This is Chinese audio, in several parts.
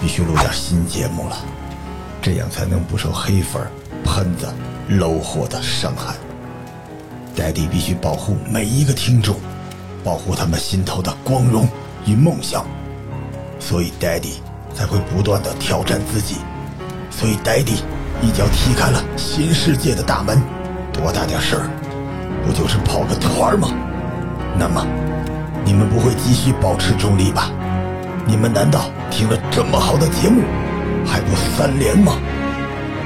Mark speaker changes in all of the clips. Speaker 1: 必须录点新节目了，这样才能不受黑粉、喷子、low 货的伤害。戴迪必须保护每一个听众，保护他们心头的光荣与梦想，所以戴迪才会不断的挑战自己，所以戴迪一脚踢开了新世界的大门。多大点事儿，不就是跑个团儿吗？那么，你们不会继续保持中立吧？你们难道听了这么好的节目，还不三连吗？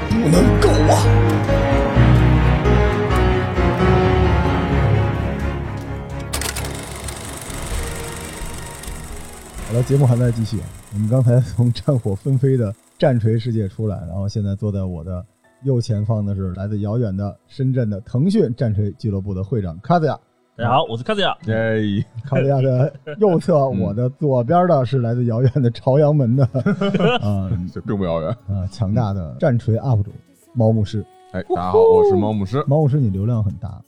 Speaker 1: 不能够啊！
Speaker 2: 好了，节目还在继续。我们刚才从战火纷飞的战锤世界出来，然后现在坐在我的右前方的是来自遥远的深圳的腾讯战锤俱乐部的会长卡子亚。
Speaker 3: 大家好，我是卡子亚。
Speaker 4: 哎，
Speaker 2: 卡子亚的右侧，我的左边的是来自遥远的朝阳门的，啊
Speaker 4: 这并不遥远。
Speaker 2: 啊，强大的战锤 UP 主猫牧师。
Speaker 4: 哎，大家好，我是猫牧师。
Speaker 2: 猫牧师，你流量很大，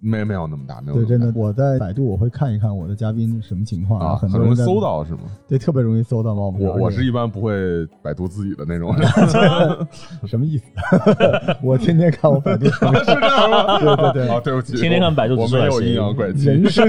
Speaker 4: 没没有那么大，没有那
Speaker 2: 对，
Speaker 4: 么
Speaker 2: 真的
Speaker 4: 大，
Speaker 2: 我在百度我会看一看我的嘉宾什么情况
Speaker 4: 啊，
Speaker 2: 很
Speaker 4: 很
Speaker 2: 多
Speaker 4: 容易
Speaker 2: 人在
Speaker 4: 搜，到是吗？
Speaker 2: 对，特别容易搜到猫牧师。
Speaker 4: 我我
Speaker 2: 而且
Speaker 4: 是一般不会百度自己的那 种，
Speaker 2: 什么意思？ 我天天看我百度上面对对 对
Speaker 4: 啊，对啊不起，
Speaker 3: 天天看百度
Speaker 4: 我
Speaker 3: 指数
Speaker 4: 没
Speaker 3: 来
Speaker 4: 有
Speaker 3: 写
Speaker 4: 阴阳怪气。
Speaker 2: 人生，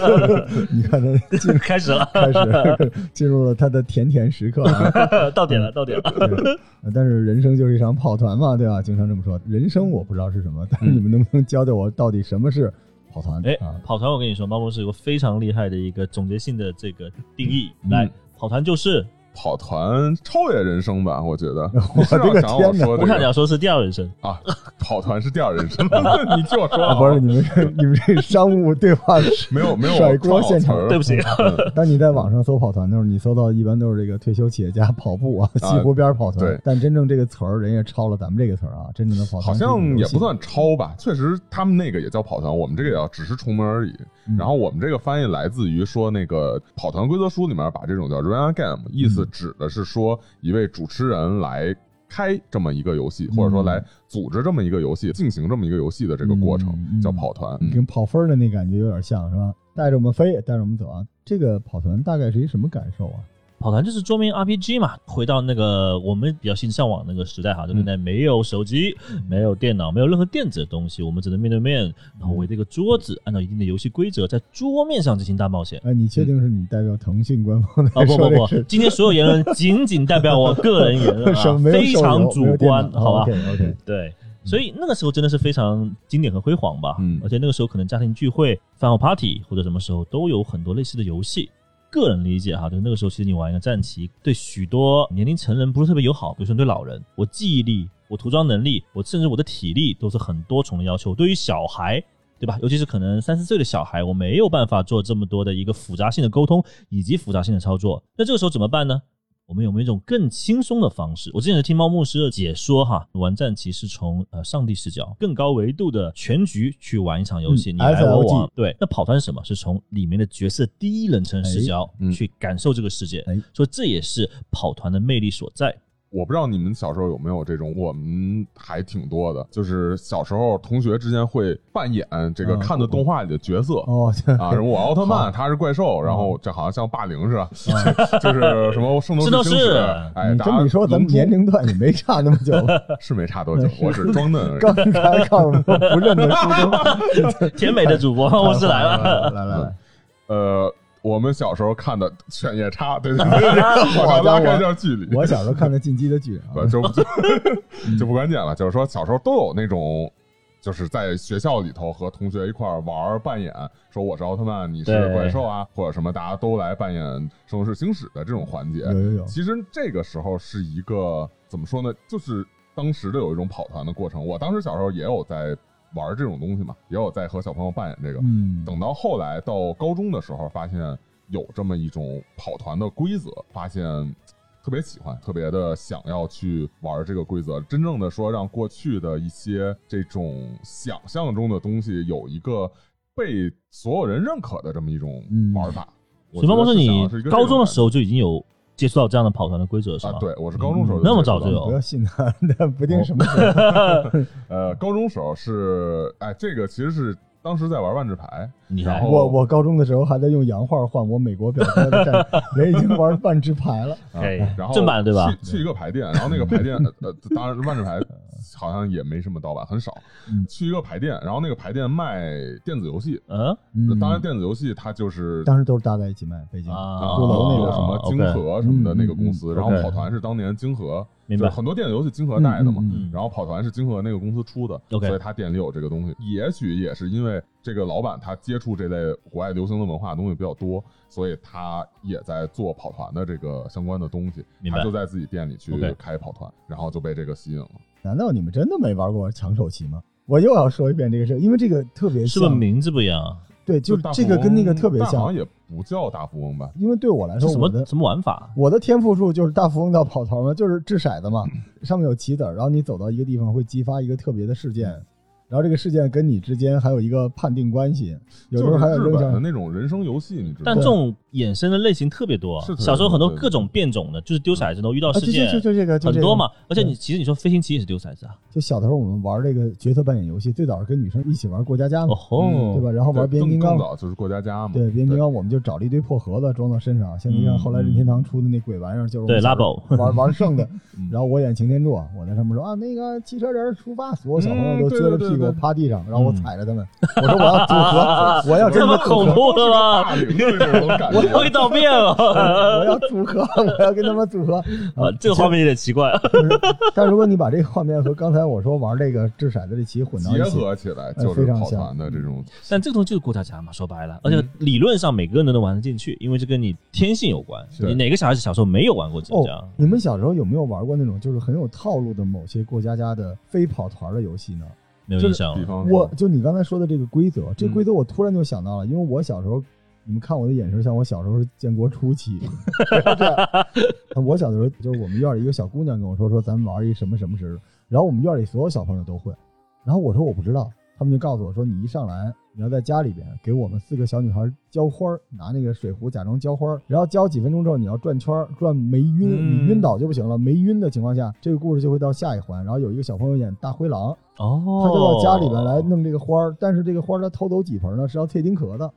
Speaker 2: 你看他进
Speaker 3: 开始了，
Speaker 2: 开始进入了他的甜甜时 刻、啊。
Speaker 3: 到点了，到点了。
Speaker 2: 对但是人生就是一场跑团嘛，对吧？经常这么说。人生我不知道是什么，但是你们能不
Speaker 4: 嗯
Speaker 2: 能教教我到底什么是跑团？
Speaker 3: 哎
Speaker 2: 啊，，
Speaker 3: 跑团，我跟你说，猫博士有个非常厉害的一个总结性的这个定义。
Speaker 4: 嗯
Speaker 3: 来，跑团就是
Speaker 4: 跑团超越人生吧，我觉得。
Speaker 2: 我
Speaker 4: 是
Speaker 2: 这
Speaker 4: 要
Speaker 2: 个
Speaker 4: 想我
Speaker 2: 天哪
Speaker 4: 说
Speaker 3: 我看你要
Speaker 4: 的
Speaker 3: 说是第二人称，
Speaker 4: 啊，跑团是第二人 生，你听我说
Speaker 2: 啊
Speaker 4: 啊，
Speaker 2: 不是你们 这你们这商务对话是
Speaker 4: 没有没有
Speaker 2: 甩
Speaker 4: 串
Speaker 2: 锅
Speaker 4: 好
Speaker 2: 现
Speaker 4: 词
Speaker 2: 场
Speaker 4: 儿。 嗯
Speaker 3: 对不起，
Speaker 2: 当你在网上搜跑团的时候，你搜到一般都是这个退休企业家跑步啊，
Speaker 4: 啊
Speaker 2: 西湖边跑团。
Speaker 4: 对
Speaker 2: 但真正这个词儿，人家抄了咱们这个词儿啊，真正的跑团
Speaker 4: 好
Speaker 2: 是一种
Speaker 4: 像
Speaker 2: 游
Speaker 4: 也
Speaker 2: 戏
Speaker 4: 不算超吧，确实他们那个也叫跑团，我们这个也叫只是重门而已。
Speaker 2: 嗯
Speaker 4: 然后我们这个翻译来自于说那个跑团规则书里面把这种叫 run a game，意
Speaker 2: 嗯
Speaker 4: 思指的是说一位主持人来开这么一个游戏，或
Speaker 2: 嗯
Speaker 4: 者说来组织这么一个游戏，进行这么一个游戏的这个过程
Speaker 2: 嗯嗯
Speaker 4: 叫跑团。嗯
Speaker 2: 跟跑分儿的那感觉有点像，是吧？带着我们飞，带着我们走啊！这个跑团大概是一什么感受啊？
Speaker 3: 跑团就是桌面 RPG 嘛。回到那个我们比较新向往那个时代哈，这个年代没有手机，没有电脑，没有任何电子的东西，我们只能面对面，然后围着一个桌子，按照一定的游戏规则，在桌面上进行大冒 险。
Speaker 2: 哎，你确定是你代表腾讯官方
Speaker 3: 啊
Speaker 2: 在
Speaker 3: 不
Speaker 2: 说
Speaker 3: 不
Speaker 2: 这个
Speaker 3: 不
Speaker 2: 事？，
Speaker 3: 今天所有言论仅仅代表我个人言论
Speaker 2: 什
Speaker 3: 啊
Speaker 2: 么，没有
Speaker 3: 非
Speaker 2: 手游
Speaker 3: 常主观，好吧？
Speaker 2: ？OK OK，
Speaker 3: 对，所以那个时候真的是非常经典和辉煌吧。
Speaker 4: 嗯
Speaker 3: 而且那个时候可能家庭聚会、饭后 party 或者什么时候都有很多类似的游戏。个人理解哈，就是那个时候其实你玩一个战棋，对许多年龄成人不是特别友好，比如说你对老人，我记忆力、我涂装能力，我甚至我的体力都是很多重的要求。对于小孩。对吧？尤其是可能三四岁的小孩，我没有办法做这么多的一个复杂性的沟通以及复杂性的操作。那这个时候怎么办呢？我们有没有一种更轻松的方式？我之前是听猫牧师的解说哈，玩战棋是从呃上帝视角、更高维度的全局去玩一场游戏，
Speaker 2: 嗯
Speaker 3: 你来我
Speaker 2: SLG
Speaker 3: 往。对，那跑团是什么？是从里面的角色第一人称视角
Speaker 4: 嗯
Speaker 3: 去感受这个世界
Speaker 2: 哎，
Speaker 3: 所以这也是跑团的魅力所在。
Speaker 4: 我不知道你们小时候有没有这种，我们还挺多的，就是小时候同学之间会扮演这个
Speaker 2: 啊
Speaker 4: 看的动画里的角色。
Speaker 2: 哦，嗯这
Speaker 4: 啊，什么我奥特曼，他是怪兽，然后这好像像霸凌似的，
Speaker 2: 嗯
Speaker 4: 就是什么圣斗
Speaker 3: 圣
Speaker 4: 士
Speaker 3: 斗
Speaker 4: 星
Speaker 3: 士
Speaker 4: 矢，哎，大
Speaker 2: 你嗯这
Speaker 4: 家
Speaker 2: 么一说，咱
Speaker 4: 龙
Speaker 2: 们
Speaker 4: 珠
Speaker 2: 年龄段也没差那么久。
Speaker 4: 是没差多久，我嗯是装嫩而已。
Speaker 2: 刚才看我们不认得初中，
Speaker 3: 甜美的主播，我是来了。
Speaker 2: 来来来，
Speaker 4: 呃，我们小时候看的《犬夜叉》，对对 对，我拉开一下距 离，
Speaker 2: 我小时候看的《进击的巨人》
Speaker 4: 不
Speaker 2: 啊，
Speaker 4: 就就就不关键了。就是说，小时候都有那种，就是在学校里头和同学一块儿玩儿扮演，说我是奥特曼，你是
Speaker 3: 对
Speaker 4: 怪兽啊，或者什么，大家都来扮演《圣斗士星矢》的这种环节。
Speaker 2: 有有有，
Speaker 4: 其实这个时候是一个怎么说呢？就是当时的有一种跑团的过程。我当时小时候也有在玩这种东西嘛，也有在和小朋友扮演这个。
Speaker 2: 嗯，
Speaker 4: 等到后来到高中的时候，发现有这么一种跑团的规则，发现嘖特别喜欢，特别的想要去玩这个规则。真正的说，让过去的一些这种想象中的东西有一个被所有人认可的这么一种
Speaker 2: 嗯
Speaker 4: 玩法。我
Speaker 3: 水方博士，
Speaker 4: 觉得是想
Speaker 3: 你
Speaker 4: 要是一个这种
Speaker 3: 高中的时
Speaker 4: 感
Speaker 3: 候就已经有接触到这样的跑团的规则是
Speaker 4: 觉
Speaker 3: 吗？
Speaker 4: 啊，对，我是高中时候
Speaker 2: 嗯
Speaker 3: 那么早
Speaker 4: 接
Speaker 3: 就
Speaker 4: 触到的
Speaker 3: 有
Speaker 2: 不要信他，那不定什么时候
Speaker 4: 呃，高中时候是，哎，这个其实是当时在玩万智牌，
Speaker 3: 你
Speaker 4: 然
Speaker 3: 还
Speaker 4: 后
Speaker 2: 我我高中的时候还在用洋画换我美国表哥的战队，人已经玩万智牌了。
Speaker 4: 啊
Speaker 3: 哎
Speaker 4: 然后
Speaker 3: 正版对吧
Speaker 4: 去去一个牌店，然后那个牌店，呃，当然万智牌好像也没什么盗版，很少
Speaker 2: 嗯。
Speaker 4: 去一个牌店，然后那个牌店卖电子游戏，
Speaker 3: 嗯
Speaker 2: 嗯，
Speaker 4: 当然电子游戏它就是
Speaker 2: 当时都是搭在一起卖，北京。
Speaker 3: 啊，
Speaker 4: 啊
Speaker 2: 鼓楼那个
Speaker 4: 什么
Speaker 3: OK，
Speaker 4: 晶和什么的那个公
Speaker 3: 嗯
Speaker 4: 司，
Speaker 3: 嗯
Speaker 4: 然后
Speaker 3: OK
Speaker 4: 跑团是当年晶和，
Speaker 3: 明白
Speaker 4: 就是很多电子游戏晶和带的嘛
Speaker 2: 嗯嗯
Speaker 3: 嗯，
Speaker 4: 然后跑团是晶和那个公司出的，
Speaker 3: OK
Speaker 4: 所以他店里有这个东西。也许也是因为这个老板他接触这类国外流行的文化的东西比较多，所以他也在做跑团的这个相关的东西
Speaker 3: 明，白
Speaker 4: 他就在自己店里去
Speaker 3: OK
Speaker 4: 开跑团，然后就被这个吸引了。
Speaker 2: 难道你们真的没玩过抢手棋吗？我又要说一遍这个事儿，因为这个特别
Speaker 3: 是不是
Speaker 2: 像，
Speaker 3: 名字不一样啊？
Speaker 2: 对，就
Speaker 4: 大
Speaker 2: 这
Speaker 4: 富
Speaker 2: 个
Speaker 4: 翁
Speaker 2: 跟那个特别
Speaker 4: 但好
Speaker 2: 像
Speaker 4: 像。也不叫大富翁吧？
Speaker 2: 因为对我来
Speaker 3: 是
Speaker 2: 说，
Speaker 3: 什
Speaker 2: 我的
Speaker 3: 么什么玩法？
Speaker 2: 我的天赋树就是大富翁到跑团嘛， 就是掷骰子嘛，上面有棋子儿，然后你走到一个地方会激发一个特别的事件，然后这个事件跟你之间还有一个判定关系，有时
Speaker 4: 就是
Speaker 2: 候还有
Speaker 4: 日
Speaker 2: 扔
Speaker 4: 本的
Speaker 2: 上。
Speaker 4: 那种人生游戏，你知道
Speaker 3: 但
Speaker 4: 吗
Speaker 3: 这？种衍生的类型特别多
Speaker 4: 是，特别
Speaker 3: 小时候很多
Speaker 4: 多对
Speaker 3: 各种变种的，就是丢骰子都遇到
Speaker 2: 啊，就
Speaker 3: 事件
Speaker 2: 就就就这个，就
Speaker 3: 很
Speaker 2: 这个
Speaker 3: 多。嘛。而且你其实你说飞行棋也是丢骰子啊，
Speaker 2: 就小的时候我们玩这个角色扮演游戏，最早是跟女生一起玩过家家
Speaker 3: 哦
Speaker 2: 嘛，
Speaker 3: 吼，
Speaker 2: 嗯对吧？然后玩变形
Speaker 4: 更
Speaker 2: 金刚
Speaker 4: 更，早就是过家家嘛，
Speaker 2: 对变形金刚，我们就找了一堆破盒子装到身上，像你看
Speaker 3: 嗯
Speaker 2: 后来任天堂出的那鬼玩意儿，就是我
Speaker 3: 对
Speaker 2: 们小时候
Speaker 3: Labo
Speaker 2: 玩玩 剩的
Speaker 4: 嗯。
Speaker 2: 然后我演擎天柱，我在上面说啊，那个汽车人出发，所有小朋
Speaker 4: 嗯
Speaker 2: 友
Speaker 4: 对
Speaker 2: 都撅着
Speaker 4: 对
Speaker 2: 屁股
Speaker 4: 对
Speaker 2: 趴地上，然后我踩着他们，我说我要组 合，我要
Speaker 3: 嗯这
Speaker 2: 真
Speaker 3: 么
Speaker 2: 的
Speaker 3: 恐怖了
Speaker 4: 大
Speaker 3: 吗？
Speaker 4: 龄的这种感
Speaker 3: 我
Speaker 4: 觉。
Speaker 3: 会倒变
Speaker 2: 嗯我
Speaker 3: 了，
Speaker 2: 要组合，我要跟他们组 合
Speaker 3: 啊，这个画面有点奇怪。
Speaker 2: 就是但如果你把这个画面和刚才我说玩这个掷骰子这棋混到
Speaker 4: 结
Speaker 2: 一起，
Speaker 4: 合起来
Speaker 2: 呃
Speaker 4: 就是
Speaker 2: 非常
Speaker 4: 跑
Speaker 2: 像
Speaker 4: 团的这种，
Speaker 3: 但这个东西就是过家家嘛，说白了，而且
Speaker 2: 嗯
Speaker 3: 理论上每个人都能玩得进去，因为这跟你天性有关。
Speaker 4: 是
Speaker 3: 你哪个小孩子小时候没有玩过家家
Speaker 2: 哦？，你们小时候有没有玩过那种就是很有套路的某些过家家的非跑团的游戏呢？
Speaker 3: 没有印象
Speaker 4: 比
Speaker 3: 了。
Speaker 4: 方
Speaker 2: 我
Speaker 4: 说
Speaker 2: 就你刚才说的这个规则，这
Speaker 4: 嗯
Speaker 2: 规则我突然就想到了，因为我小时候，你们看我的眼神像我小时候是建国初期。 这样我小的时候就是我们院里一个小姑娘跟我说说咱们玩一什么什么时候，然后我们院里所有小朋友都会，然后我说我不知道，他们就告诉我说你一上来你要在家里边给我们四个小女孩浇花儿，拿那个水壶假装浇花儿，然后浇几分钟之后你要转圈儿转没晕，
Speaker 4: 嗯
Speaker 2: 你晕倒就不行了，没晕的情况下这个故事就会到下一环，然后有一个小朋友演大灰狼。
Speaker 3: 哦，
Speaker 2: 他就到家里边来弄这个花儿，但是这个花儿他偷走几盆呢，是要退丁壳的。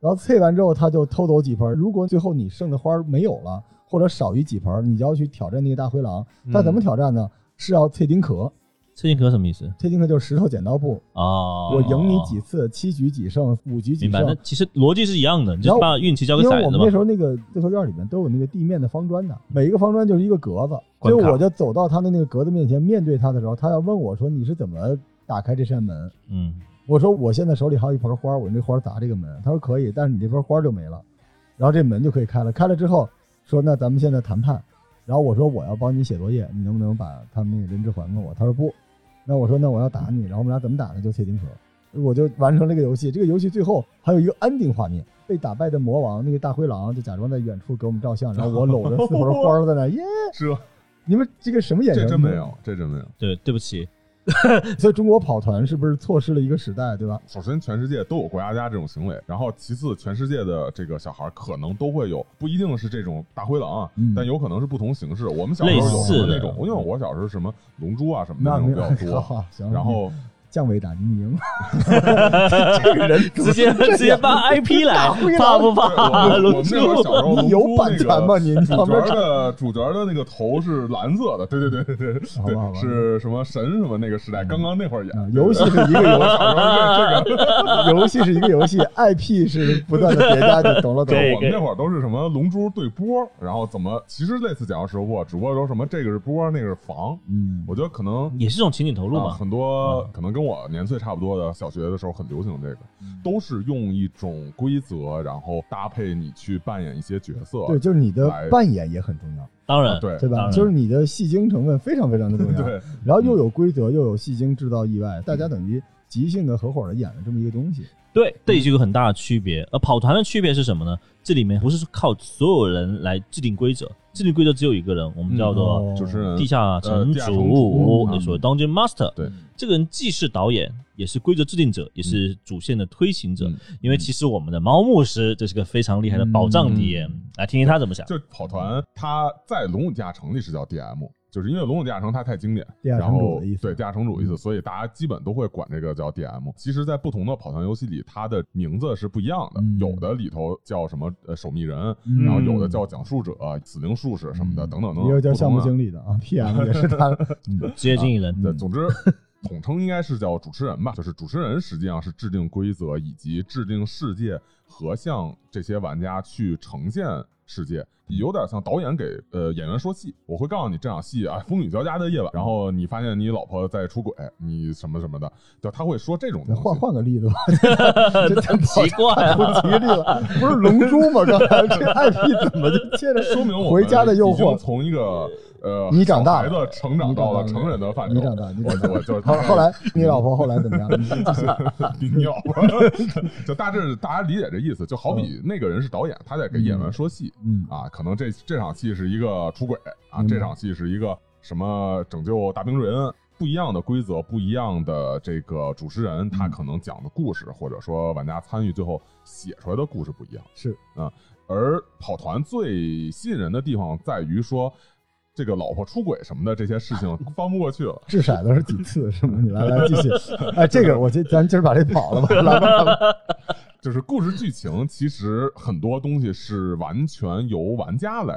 Speaker 2: 然后退完之后，他就偷走几盆。如果最后你剩的花儿没有了，或者少于几盆，你就要去挑战那个大灰狼。
Speaker 3: 嗯
Speaker 2: 但怎么挑战呢？是要退丁壳，
Speaker 3: 崔进科什么意思？
Speaker 2: 退丁壳就是石头剪刀布。
Speaker 3: 哦，
Speaker 2: 我赢你几次，七局几胜，五局几
Speaker 3: 明白，那
Speaker 2: 胜。
Speaker 3: 其实逻辑是一样的，你
Speaker 2: 然
Speaker 3: 就
Speaker 2: 后
Speaker 3: 把运气交给
Speaker 2: 因为
Speaker 3: 骰
Speaker 2: 我
Speaker 3: 子
Speaker 2: 们那时
Speaker 3: 嘛。
Speaker 2: 候那个四合院里面都有那个地面的方砖的，每一个方砖就是一个格子，所
Speaker 3: 关
Speaker 2: 以
Speaker 3: 卡
Speaker 2: 我就走到他的那个格子面前，面对他的时候，他要问我说：“你是怎么打开这扇门？”
Speaker 3: 嗯，
Speaker 2: 我说我现在手里还有一盆花，我用这花砸这个门。他说可以，但是你这盆花就没了，然后这门就可以开了。开了之后说那咱们现在谈判，然后我说我要帮你写作业，你能不能把他们那个人质还给我？他说不，那我说那我要打你，然后我们俩怎么打呢？就切丁壳，我就完成了这个游戏。这个游戏最后还有一个安定画面，被打败的魔王那个大灰狼就假装在远处给我们照相，然后我搂着四盆花在那耶，
Speaker 4: 这
Speaker 2: 你们这个什么眼神？
Speaker 4: 这真没。有，这真没有。
Speaker 3: 对，对不 起，
Speaker 2: 所以中国跑团是不是错失了一个时代，对吧？
Speaker 4: 首先，全世界都有过家家这种行为，然后其次，全世界的这个小孩可能都会有，不一定是这种大灰狼啊，
Speaker 2: 嗯
Speaker 4: 但有可能是不同形式。我们小时候有
Speaker 2: 类
Speaker 4: 什
Speaker 2: 似
Speaker 4: 么
Speaker 3: 的
Speaker 4: 那种，因为我小时候什么龙珠啊什么的那
Speaker 2: 没
Speaker 4: 种比较
Speaker 2: 有，
Speaker 4: 多。
Speaker 2: 好行。
Speaker 4: 然后
Speaker 2: 降维打击赢， 这个 人
Speaker 3: 直接直接发 IP 来
Speaker 2: 灰，狼
Speaker 3: 怕不
Speaker 4: 对我
Speaker 3: 怕？
Speaker 4: 们我
Speaker 3: 龙
Speaker 4: 们那会儿
Speaker 3: 珠
Speaker 4: 小时候龙珠
Speaker 2: 你有版权吗？你你
Speaker 4: 那个
Speaker 2: 旁
Speaker 4: 主角
Speaker 2: 边插
Speaker 4: 的主角的那个头是蓝色的，对对对对对
Speaker 2: 好吧
Speaker 4: 对，
Speaker 2: 好吧
Speaker 4: 是什么神什么那个时代？刚刚那会儿演
Speaker 2: 啊游戏是一 个
Speaker 4: 我
Speaker 2: 游
Speaker 4: 小时候这这个。
Speaker 2: 戏，游戏是一个 游戏，IP 是不断的叠加的，懂了懂
Speaker 3: 可以
Speaker 2: 了。
Speaker 4: 我
Speaker 3: 可以
Speaker 4: 们那会儿都是什么龙珠对波，然后怎么其实类似讲到石头布，只不过说什么这个是波，那个是防。
Speaker 2: 嗯，
Speaker 4: 我觉得可能
Speaker 3: 也是这种情景投入
Speaker 4: 啊
Speaker 3: 嘛。
Speaker 4: 很多
Speaker 3: 嗯
Speaker 4: 可能跟我年岁差不多的，小学的时候很流行这个，
Speaker 3: 嗯
Speaker 4: 都是用一种规则，然后搭配你去扮演一些角色。
Speaker 2: 对，就是你的
Speaker 4: 来
Speaker 2: 扮演也很重要，
Speaker 3: 当然，
Speaker 4: 啊对
Speaker 2: 对
Speaker 3: 当
Speaker 2: 吧？
Speaker 3: 然
Speaker 2: 就是你的戏精成分非常非常的重要。
Speaker 4: 对，嗯
Speaker 2: 然后又有规则，又有戏精制造意外，大家等于即兴的合伙的演了这么一个东西。
Speaker 3: 对，这里就有很大的区别。呃，跑团的区别是什么呢？这里面不是靠所有人来制定规则，制定规则只有一个人，我们叫做
Speaker 2: 哦
Speaker 4: 主持人
Speaker 3: 地下城
Speaker 4: 呃嗯地下城主
Speaker 3: 主，也
Speaker 4: 嗯
Speaker 3: 所谓 Dungeon Master。
Speaker 4: 对，
Speaker 3: 这个人既是导演，也是规则制定者，也是主线的推行者。
Speaker 4: 嗯
Speaker 3: 因为其实我们的猫牧师这是个非常厉害
Speaker 2: 嗯
Speaker 3: 的宝藏 DM，、来听听他怎么想。
Speaker 4: 就跑团，它在龙武地下城里是叫 DM，就是因为《龙与地下城》它太经典，
Speaker 2: 地下
Speaker 4: 然
Speaker 2: 城主
Speaker 4: 后
Speaker 2: 的意思嗯
Speaker 4: 对地下城主的意思，所以大家基本都会管这个叫 DM。其实，在不同的跑团游戏里，它的名字是不一样的，
Speaker 2: 嗯
Speaker 4: 有的里头叫什么呃守密人，
Speaker 2: 嗯
Speaker 4: 然后有的叫讲述者、死灵术士什么的，等等等等。
Speaker 2: 也有嗯叫
Speaker 4: 不
Speaker 2: 项
Speaker 4: 同
Speaker 2: 目
Speaker 4: 的
Speaker 2: 经理的啊，PM 也是他， 嗯
Speaker 3: 职业经理人，
Speaker 4: 对，总 之统称应该是叫主持人吧，就是主持人实际上是制定规则以及制定世界和向这些玩家去呈现。世界有点像导演给呃演员说戏，我会告诉你这场戏啊，风雨交加的夜晚，然后你发现你老婆在出轨，你什么什么的，就他会说这种东西。
Speaker 2: 换换个例子吧， 嗯 这
Speaker 3: 很奇怪啊，
Speaker 2: 不吉利了，不是龙珠吗？刚才这 IP 怎么就接着
Speaker 4: 说明我们
Speaker 2: 回家的诱
Speaker 4: 已经
Speaker 2: 惑？
Speaker 4: 从一个呃
Speaker 2: 你长大
Speaker 4: 小孩
Speaker 2: 了
Speaker 4: 子成长到了
Speaker 2: 你长大了
Speaker 4: 成人的范畴。
Speaker 2: 你长大，你长大，
Speaker 4: 我我就是
Speaker 2: 后 后来你老婆后来怎么样？ 你继续
Speaker 4: 你 尿，就大致大家理解这意思，就好比那个人是导演，他在给演员说戏
Speaker 2: 嗯
Speaker 4: 啊，可能这这场戏是一个出轨啊，
Speaker 2: 明白
Speaker 4: 这场戏是一个什么拯救大兵瑞恩，不一样的规则，不一样的这个主持人，
Speaker 2: 嗯
Speaker 4: 他可能讲的故事，或者说玩家参与最后写出来的故事不一样。啊
Speaker 2: 是
Speaker 4: 而跑团最吸引人的地方在于说，这个老婆出轨什么的这些事 情翻不过去了。
Speaker 2: 掷骰子是几次？是吗？你来来继续。哎，这个我今咱今儿把这跑了吧，来吧，来吧
Speaker 4: 就是故事剧情，其实很多东西是完全由玩家来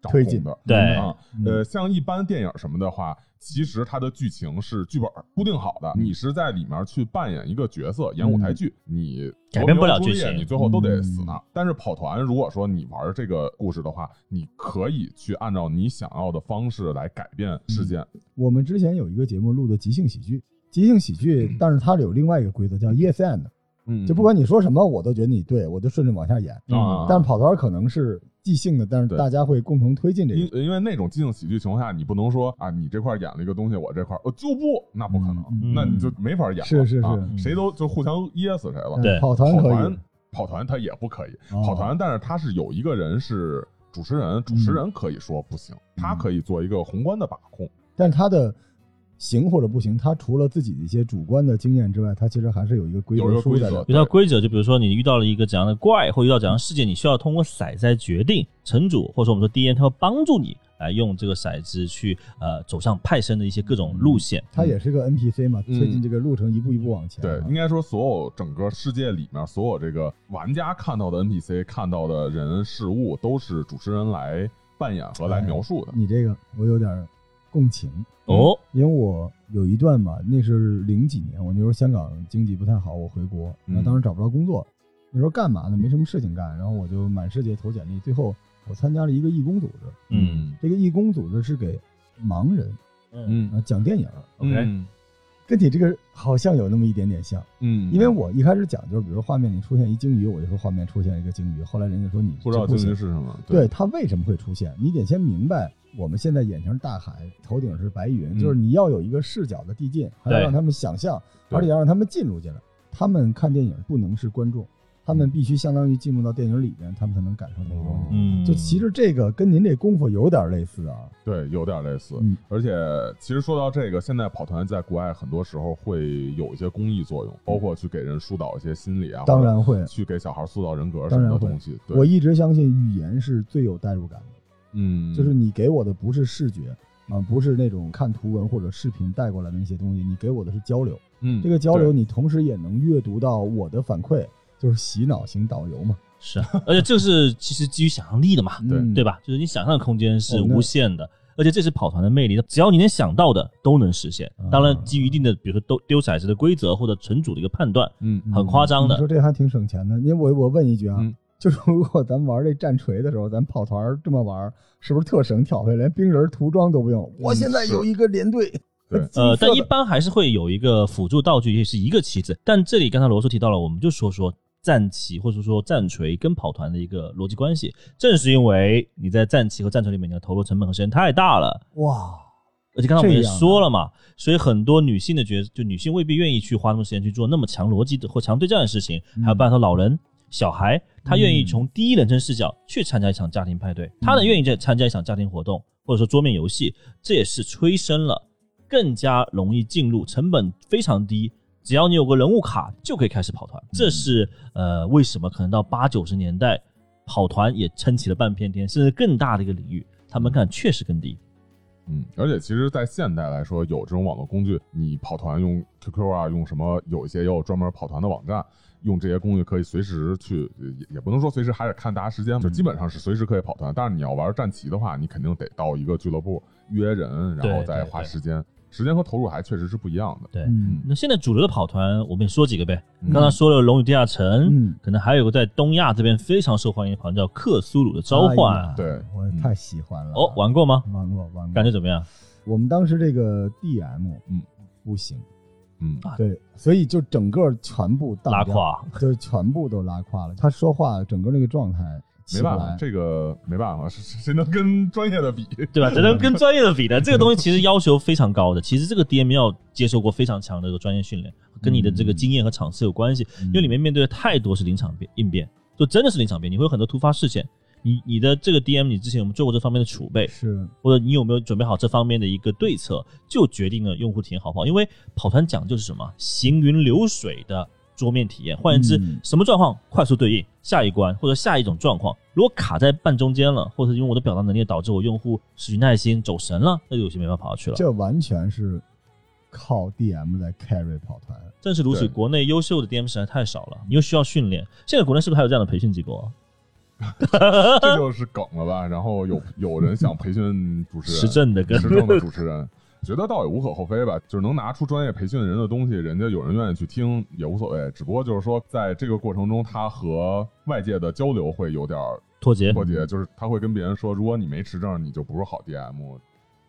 Speaker 4: 掌
Speaker 2: 推进嗯
Speaker 4: 控的。
Speaker 3: 对
Speaker 4: 啊，呃，像一般电影什么的话，其实它的剧情是剧本固定好的，
Speaker 2: 嗯
Speaker 4: 你是在里面去扮演一个角色，演舞台剧，你
Speaker 3: 改变不了
Speaker 4: 罗密
Speaker 3: 剧
Speaker 4: 欧朱丽叶
Speaker 3: 情
Speaker 4: 你最后都得
Speaker 2: 嗯
Speaker 4: 死那儿。但是跑团，如果说你玩这个故事的话，你可以去按照你想要的方式来改变
Speaker 2: 嗯
Speaker 4: 事件。
Speaker 2: 我们之前有一个节目录的即兴喜剧，即兴喜剧，但是它有另外一个规则叫 yes and，
Speaker 4: 嗯，
Speaker 2: 就不管你说什么，我都觉得你对，我就顺着往下演。
Speaker 4: 啊，
Speaker 2: 但是跑团可能是即兴的，但是
Speaker 4: 对
Speaker 2: 大家会共同推进这
Speaker 4: 因
Speaker 2: 个。
Speaker 4: 因为那种即兴喜剧情况下，你不能说啊，你这块演了一个东西，我这块呃就不，那不可能，
Speaker 2: 嗯
Speaker 3: 嗯
Speaker 4: 那你就没法演了，
Speaker 2: 是是是
Speaker 4: 啊谁都就互相噎死谁了。
Speaker 3: 对
Speaker 2: 嗯跑团
Speaker 4: 哦跑
Speaker 2: 可
Speaker 4: 团
Speaker 2: 以，
Speaker 4: 跑团他也不可以，
Speaker 2: 哦
Speaker 4: 跑团但是他是有一个人是主持人，主
Speaker 2: 嗯
Speaker 4: 持人可以说不行，他可以做一个宏观的把控，
Speaker 2: 但是他的行或者不行，他除了自己的一些主观的经验之外，他其实还是有一个规
Speaker 4: 有一
Speaker 2: 则
Speaker 4: 个
Speaker 2: 书
Speaker 4: 规
Speaker 2: 在
Speaker 4: 则
Speaker 2: 的。
Speaker 3: 有套规则，就比如说你遇到了一个怎样的怪，或遇到怎样的事件，你需要通过骰子来决定。城主或者说我们说 DM 他会帮助你来用这个骰子去呃走向派生的一些各
Speaker 2: 嗯
Speaker 3: 种路线。
Speaker 2: 他也是个 NPC 嘛，
Speaker 4: 嗯
Speaker 2: 推进这个路程一步一步往前
Speaker 4: 对
Speaker 2: 啊。，
Speaker 4: 应该说所有整个世界里面所有这个玩家看到的 NPC 看到的人事物都是主持人来扮演和来描述的。
Speaker 2: 你这个我有点共情，
Speaker 3: 哦，
Speaker 2: 因为我有一段嘛，那是零几年，我那时候香港经济不太好，我回国，
Speaker 4: 嗯
Speaker 2: 那当时找不着工作，那时候干嘛呢？没什么事情干，然后我就满世界投简历，最后我参加了一个义工组织，
Speaker 3: 嗯
Speaker 2: 这个义工组织是给盲人
Speaker 3: 嗯
Speaker 2: 啊
Speaker 4: 嗯
Speaker 2: 讲电影儿，
Speaker 3: ，OK，
Speaker 4: 嗯
Speaker 2: 跟你这个好像有那么一点点像。
Speaker 4: 嗯，
Speaker 2: 因为我一开始讲就是，比如画面里出现一鲸鱼，我就说画面出现一个鲸鱼。后来人家说你
Speaker 4: 不知道
Speaker 2: 这
Speaker 4: 鲸
Speaker 2: 行
Speaker 4: 鱼是什么，
Speaker 2: 对它为什么会出现，你得先明白，我们现在眼前是大海，头顶是白云，
Speaker 4: 嗯
Speaker 2: 就是你要有一个视角的递进，还要
Speaker 3: 对
Speaker 2: 让他们想象，
Speaker 4: 对
Speaker 2: 而且要让他们进入进来。他们看电影不能是观众，他们必须相当于进入到电影里面，他们才能感受那个东西。
Speaker 3: 嗯，
Speaker 2: 就其实这个跟您这功夫有点类似啊，
Speaker 4: 对，有点类似。
Speaker 2: 嗯
Speaker 4: 而且，其实说到这个，现在跑团在国外很多时候会有一些公益作用，包括去给人疏导一些心理啊，
Speaker 2: 当然会
Speaker 4: 或者。去给小孩塑造人格什
Speaker 2: 当
Speaker 4: 么
Speaker 2: 然
Speaker 4: 的
Speaker 2: 会
Speaker 4: 东西。对，
Speaker 2: 我一直相信语言是最有代入感的。
Speaker 4: 嗯，
Speaker 2: 就是你给我的不是视觉啊、不是那种看图文或者视频带过来的那些东西，你给我的是交流。
Speaker 4: 嗯，
Speaker 2: 这个交
Speaker 4: 对
Speaker 2: 流，你同时也能阅读到我的反馈，就是洗脑型导游嘛，
Speaker 3: 是，啊而且这是其实基于想象力的嘛，
Speaker 4: 对
Speaker 2: 嗯
Speaker 3: 对？吧？就是你想象的空间是
Speaker 2: 哦那
Speaker 3: 无限的，而且这是跑团的魅力，只要你能想到的都能实现。
Speaker 2: 啊
Speaker 3: 当然，基于一定的，比如说丢丢骰子的规则或者存主的一个判断，
Speaker 4: 嗯
Speaker 3: 很夸张
Speaker 2: 你说
Speaker 3: 的。
Speaker 2: 这还挺省钱的，因为我我问一句啊。
Speaker 4: 嗯
Speaker 2: 就是如果咱玩这战锤的时候，咱跑团儿这么玩儿，是不是特省挑费，连兵人涂装都不用？我现在
Speaker 3: 嗯
Speaker 2: 有一个连队，
Speaker 4: 对
Speaker 3: 呃，但
Speaker 2: 金色
Speaker 3: 一
Speaker 2: 的
Speaker 3: 般还是会有一个辅助道具，也是一个棋子。但这里刚才罗叔提到了，我们就说说战旗或者说战锤跟跑团的一个逻辑关系。正是因为你在战旗和战锤里面你的投入成本和时间太大了，
Speaker 2: 哇，
Speaker 3: 而且刚才我们也
Speaker 2: 这样啊
Speaker 3: 说了嘛，所以很多女性的角就女性未必愿意去花那么多时间去做那么强逻辑的或强对战的事情，
Speaker 2: 嗯
Speaker 3: 还有包括老人、小孩，他愿意从第一人称视角去参加一场家庭派对，
Speaker 2: 嗯
Speaker 3: 他呢愿意在参加一场家庭活动或者说桌面游戏，这也是催生了更加容易进入，成本非常低。只要你有个人物卡，就可以开始跑
Speaker 2: 嗯
Speaker 3: 团。这是呃，为什么可能到八九十年代，跑团也撑起了半片天，甚至更大的一个领域，它门槛确实更低。
Speaker 4: 嗯，而且其实，在现代来说，有这种网络工具，你跑团用 QQ 啊，用什么，有一些也有专门跑团的网站，用这些工具可以随时去，呃也也不能说随时，还得看大家时间，就
Speaker 3: 嗯
Speaker 4: 基本上是随时可以跑团。但是你要玩战棋的话，你肯定得到一个俱乐部约人，然后
Speaker 3: 对
Speaker 4: 再
Speaker 3: 对
Speaker 4: 花
Speaker 3: 对
Speaker 4: 时间，时间和投入还确实是不一样的。
Speaker 3: 对，
Speaker 2: 嗯
Speaker 3: 那现在主流的跑团，我们也说几个呗。
Speaker 4: 嗯
Speaker 3: 刚才说了《龙与地下城》，
Speaker 2: 嗯
Speaker 3: 可能还有个在东亚这边非常受欢迎的跑团叫《克苏鲁的召唤
Speaker 2: 哎呀》。嗯
Speaker 4: 对
Speaker 2: 我
Speaker 4: 嗯
Speaker 2: 太喜欢了。
Speaker 3: 哦，玩过吗？
Speaker 2: 玩过玩过，
Speaker 3: 感觉怎么样？
Speaker 2: 我们当时这个 DM
Speaker 4: 嗯
Speaker 2: 不行，
Speaker 4: 嗯
Speaker 3: 哦
Speaker 2: 对，所以就整个全部荡
Speaker 3: 拉
Speaker 2: 掉，
Speaker 3: 胯。
Speaker 2: 就是全部都拉胯了。他说话整个那个状态起
Speaker 4: 没
Speaker 2: 不
Speaker 4: 办法，
Speaker 2: 来，
Speaker 4: 这个没办法，谁谁能跟专业的比？
Speaker 3: 对吧？这能跟专业的比 的，这个东西其实要求非常高的。其实这个 DM 要接受过非常强的这个专业训练，跟你的这个经验和场次有关系，
Speaker 2: 嗯
Speaker 3: 因为里面面对的太多是临场变应变，就真的是临场变，你会有很多突发事件。你你的这个 DM，你之前有没有做过这方面的储备，
Speaker 2: 是
Speaker 3: 或者你有没有准备好这方面的一个对策，就决定了用户体验好不好。因为跑团讲究是什么？行云流水的桌面体验。换言之
Speaker 2: 嗯，
Speaker 3: 什么状况快速对应下一关或者下一种状况。如果卡在半中间了，或者因为我的表达能力导致我用户失去耐心走神了，那就有些没办法跑下去了。
Speaker 2: 这完全是靠 DM 来 carry 跑团。
Speaker 3: 正是如此，
Speaker 4: 对
Speaker 3: 国内优秀的 DM 实在太少了，你又需要训练。现在国内是不是还有这样的培训机构啊？
Speaker 4: 这就是梗了吧？然后有有人想培训主 持人，
Speaker 3: 实证的跟
Speaker 4: 时政的主持人，觉得倒也无可厚非吧，就是能拿出专业培训人的东西，人家有人愿意去听也无所谓。只不过就是说，在这个过程中，他和外界的交流会有点儿
Speaker 3: 脱节，
Speaker 4: 脱节，就是他会跟别人说，如果你没持证，你就不是好 DM。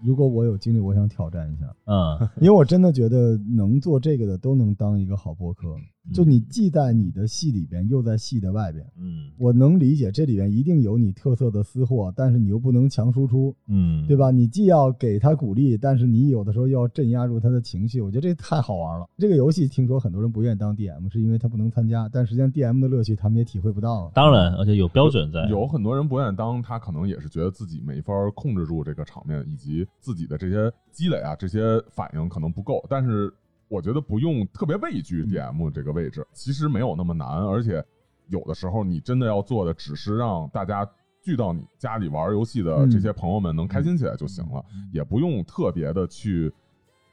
Speaker 2: 如果我有精力，我想挑战一下，
Speaker 3: 嗯，
Speaker 2: 因为我真的觉得能做这个的都能当一个好播客。
Speaker 4: 嗯
Speaker 2: 就你既在你的戏里边，又在戏的外边。
Speaker 3: 嗯
Speaker 2: 我能理解这里边一定有你特色的私货，但是你又不能强输出，
Speaker 3: 嗯，
Speaker 2: 对吧？你既要给他鼓励，但是你有的时候又要镇压住他的情绪，我觉得这太好玩了。这个游戏听说很多人不愿意当 DM，是因为他不能参加，但实际上 DM 的乐趣他们也体会不到啊。
Speaker 3: 当然，而且有标准在，
Speaker 4: 有很多人不愿意当，他可能也是觉得自己没法控制住这个场面，以及自己的这些积累啊，这些反应可能不够。但是我觉得不用特别畏惧 DM 这个位置，其实没有那么难，而且有的时候你真的要做的只是让大家。聚到你家里玩游戏的这些朋友们能开心起来就行了，也不用特别的去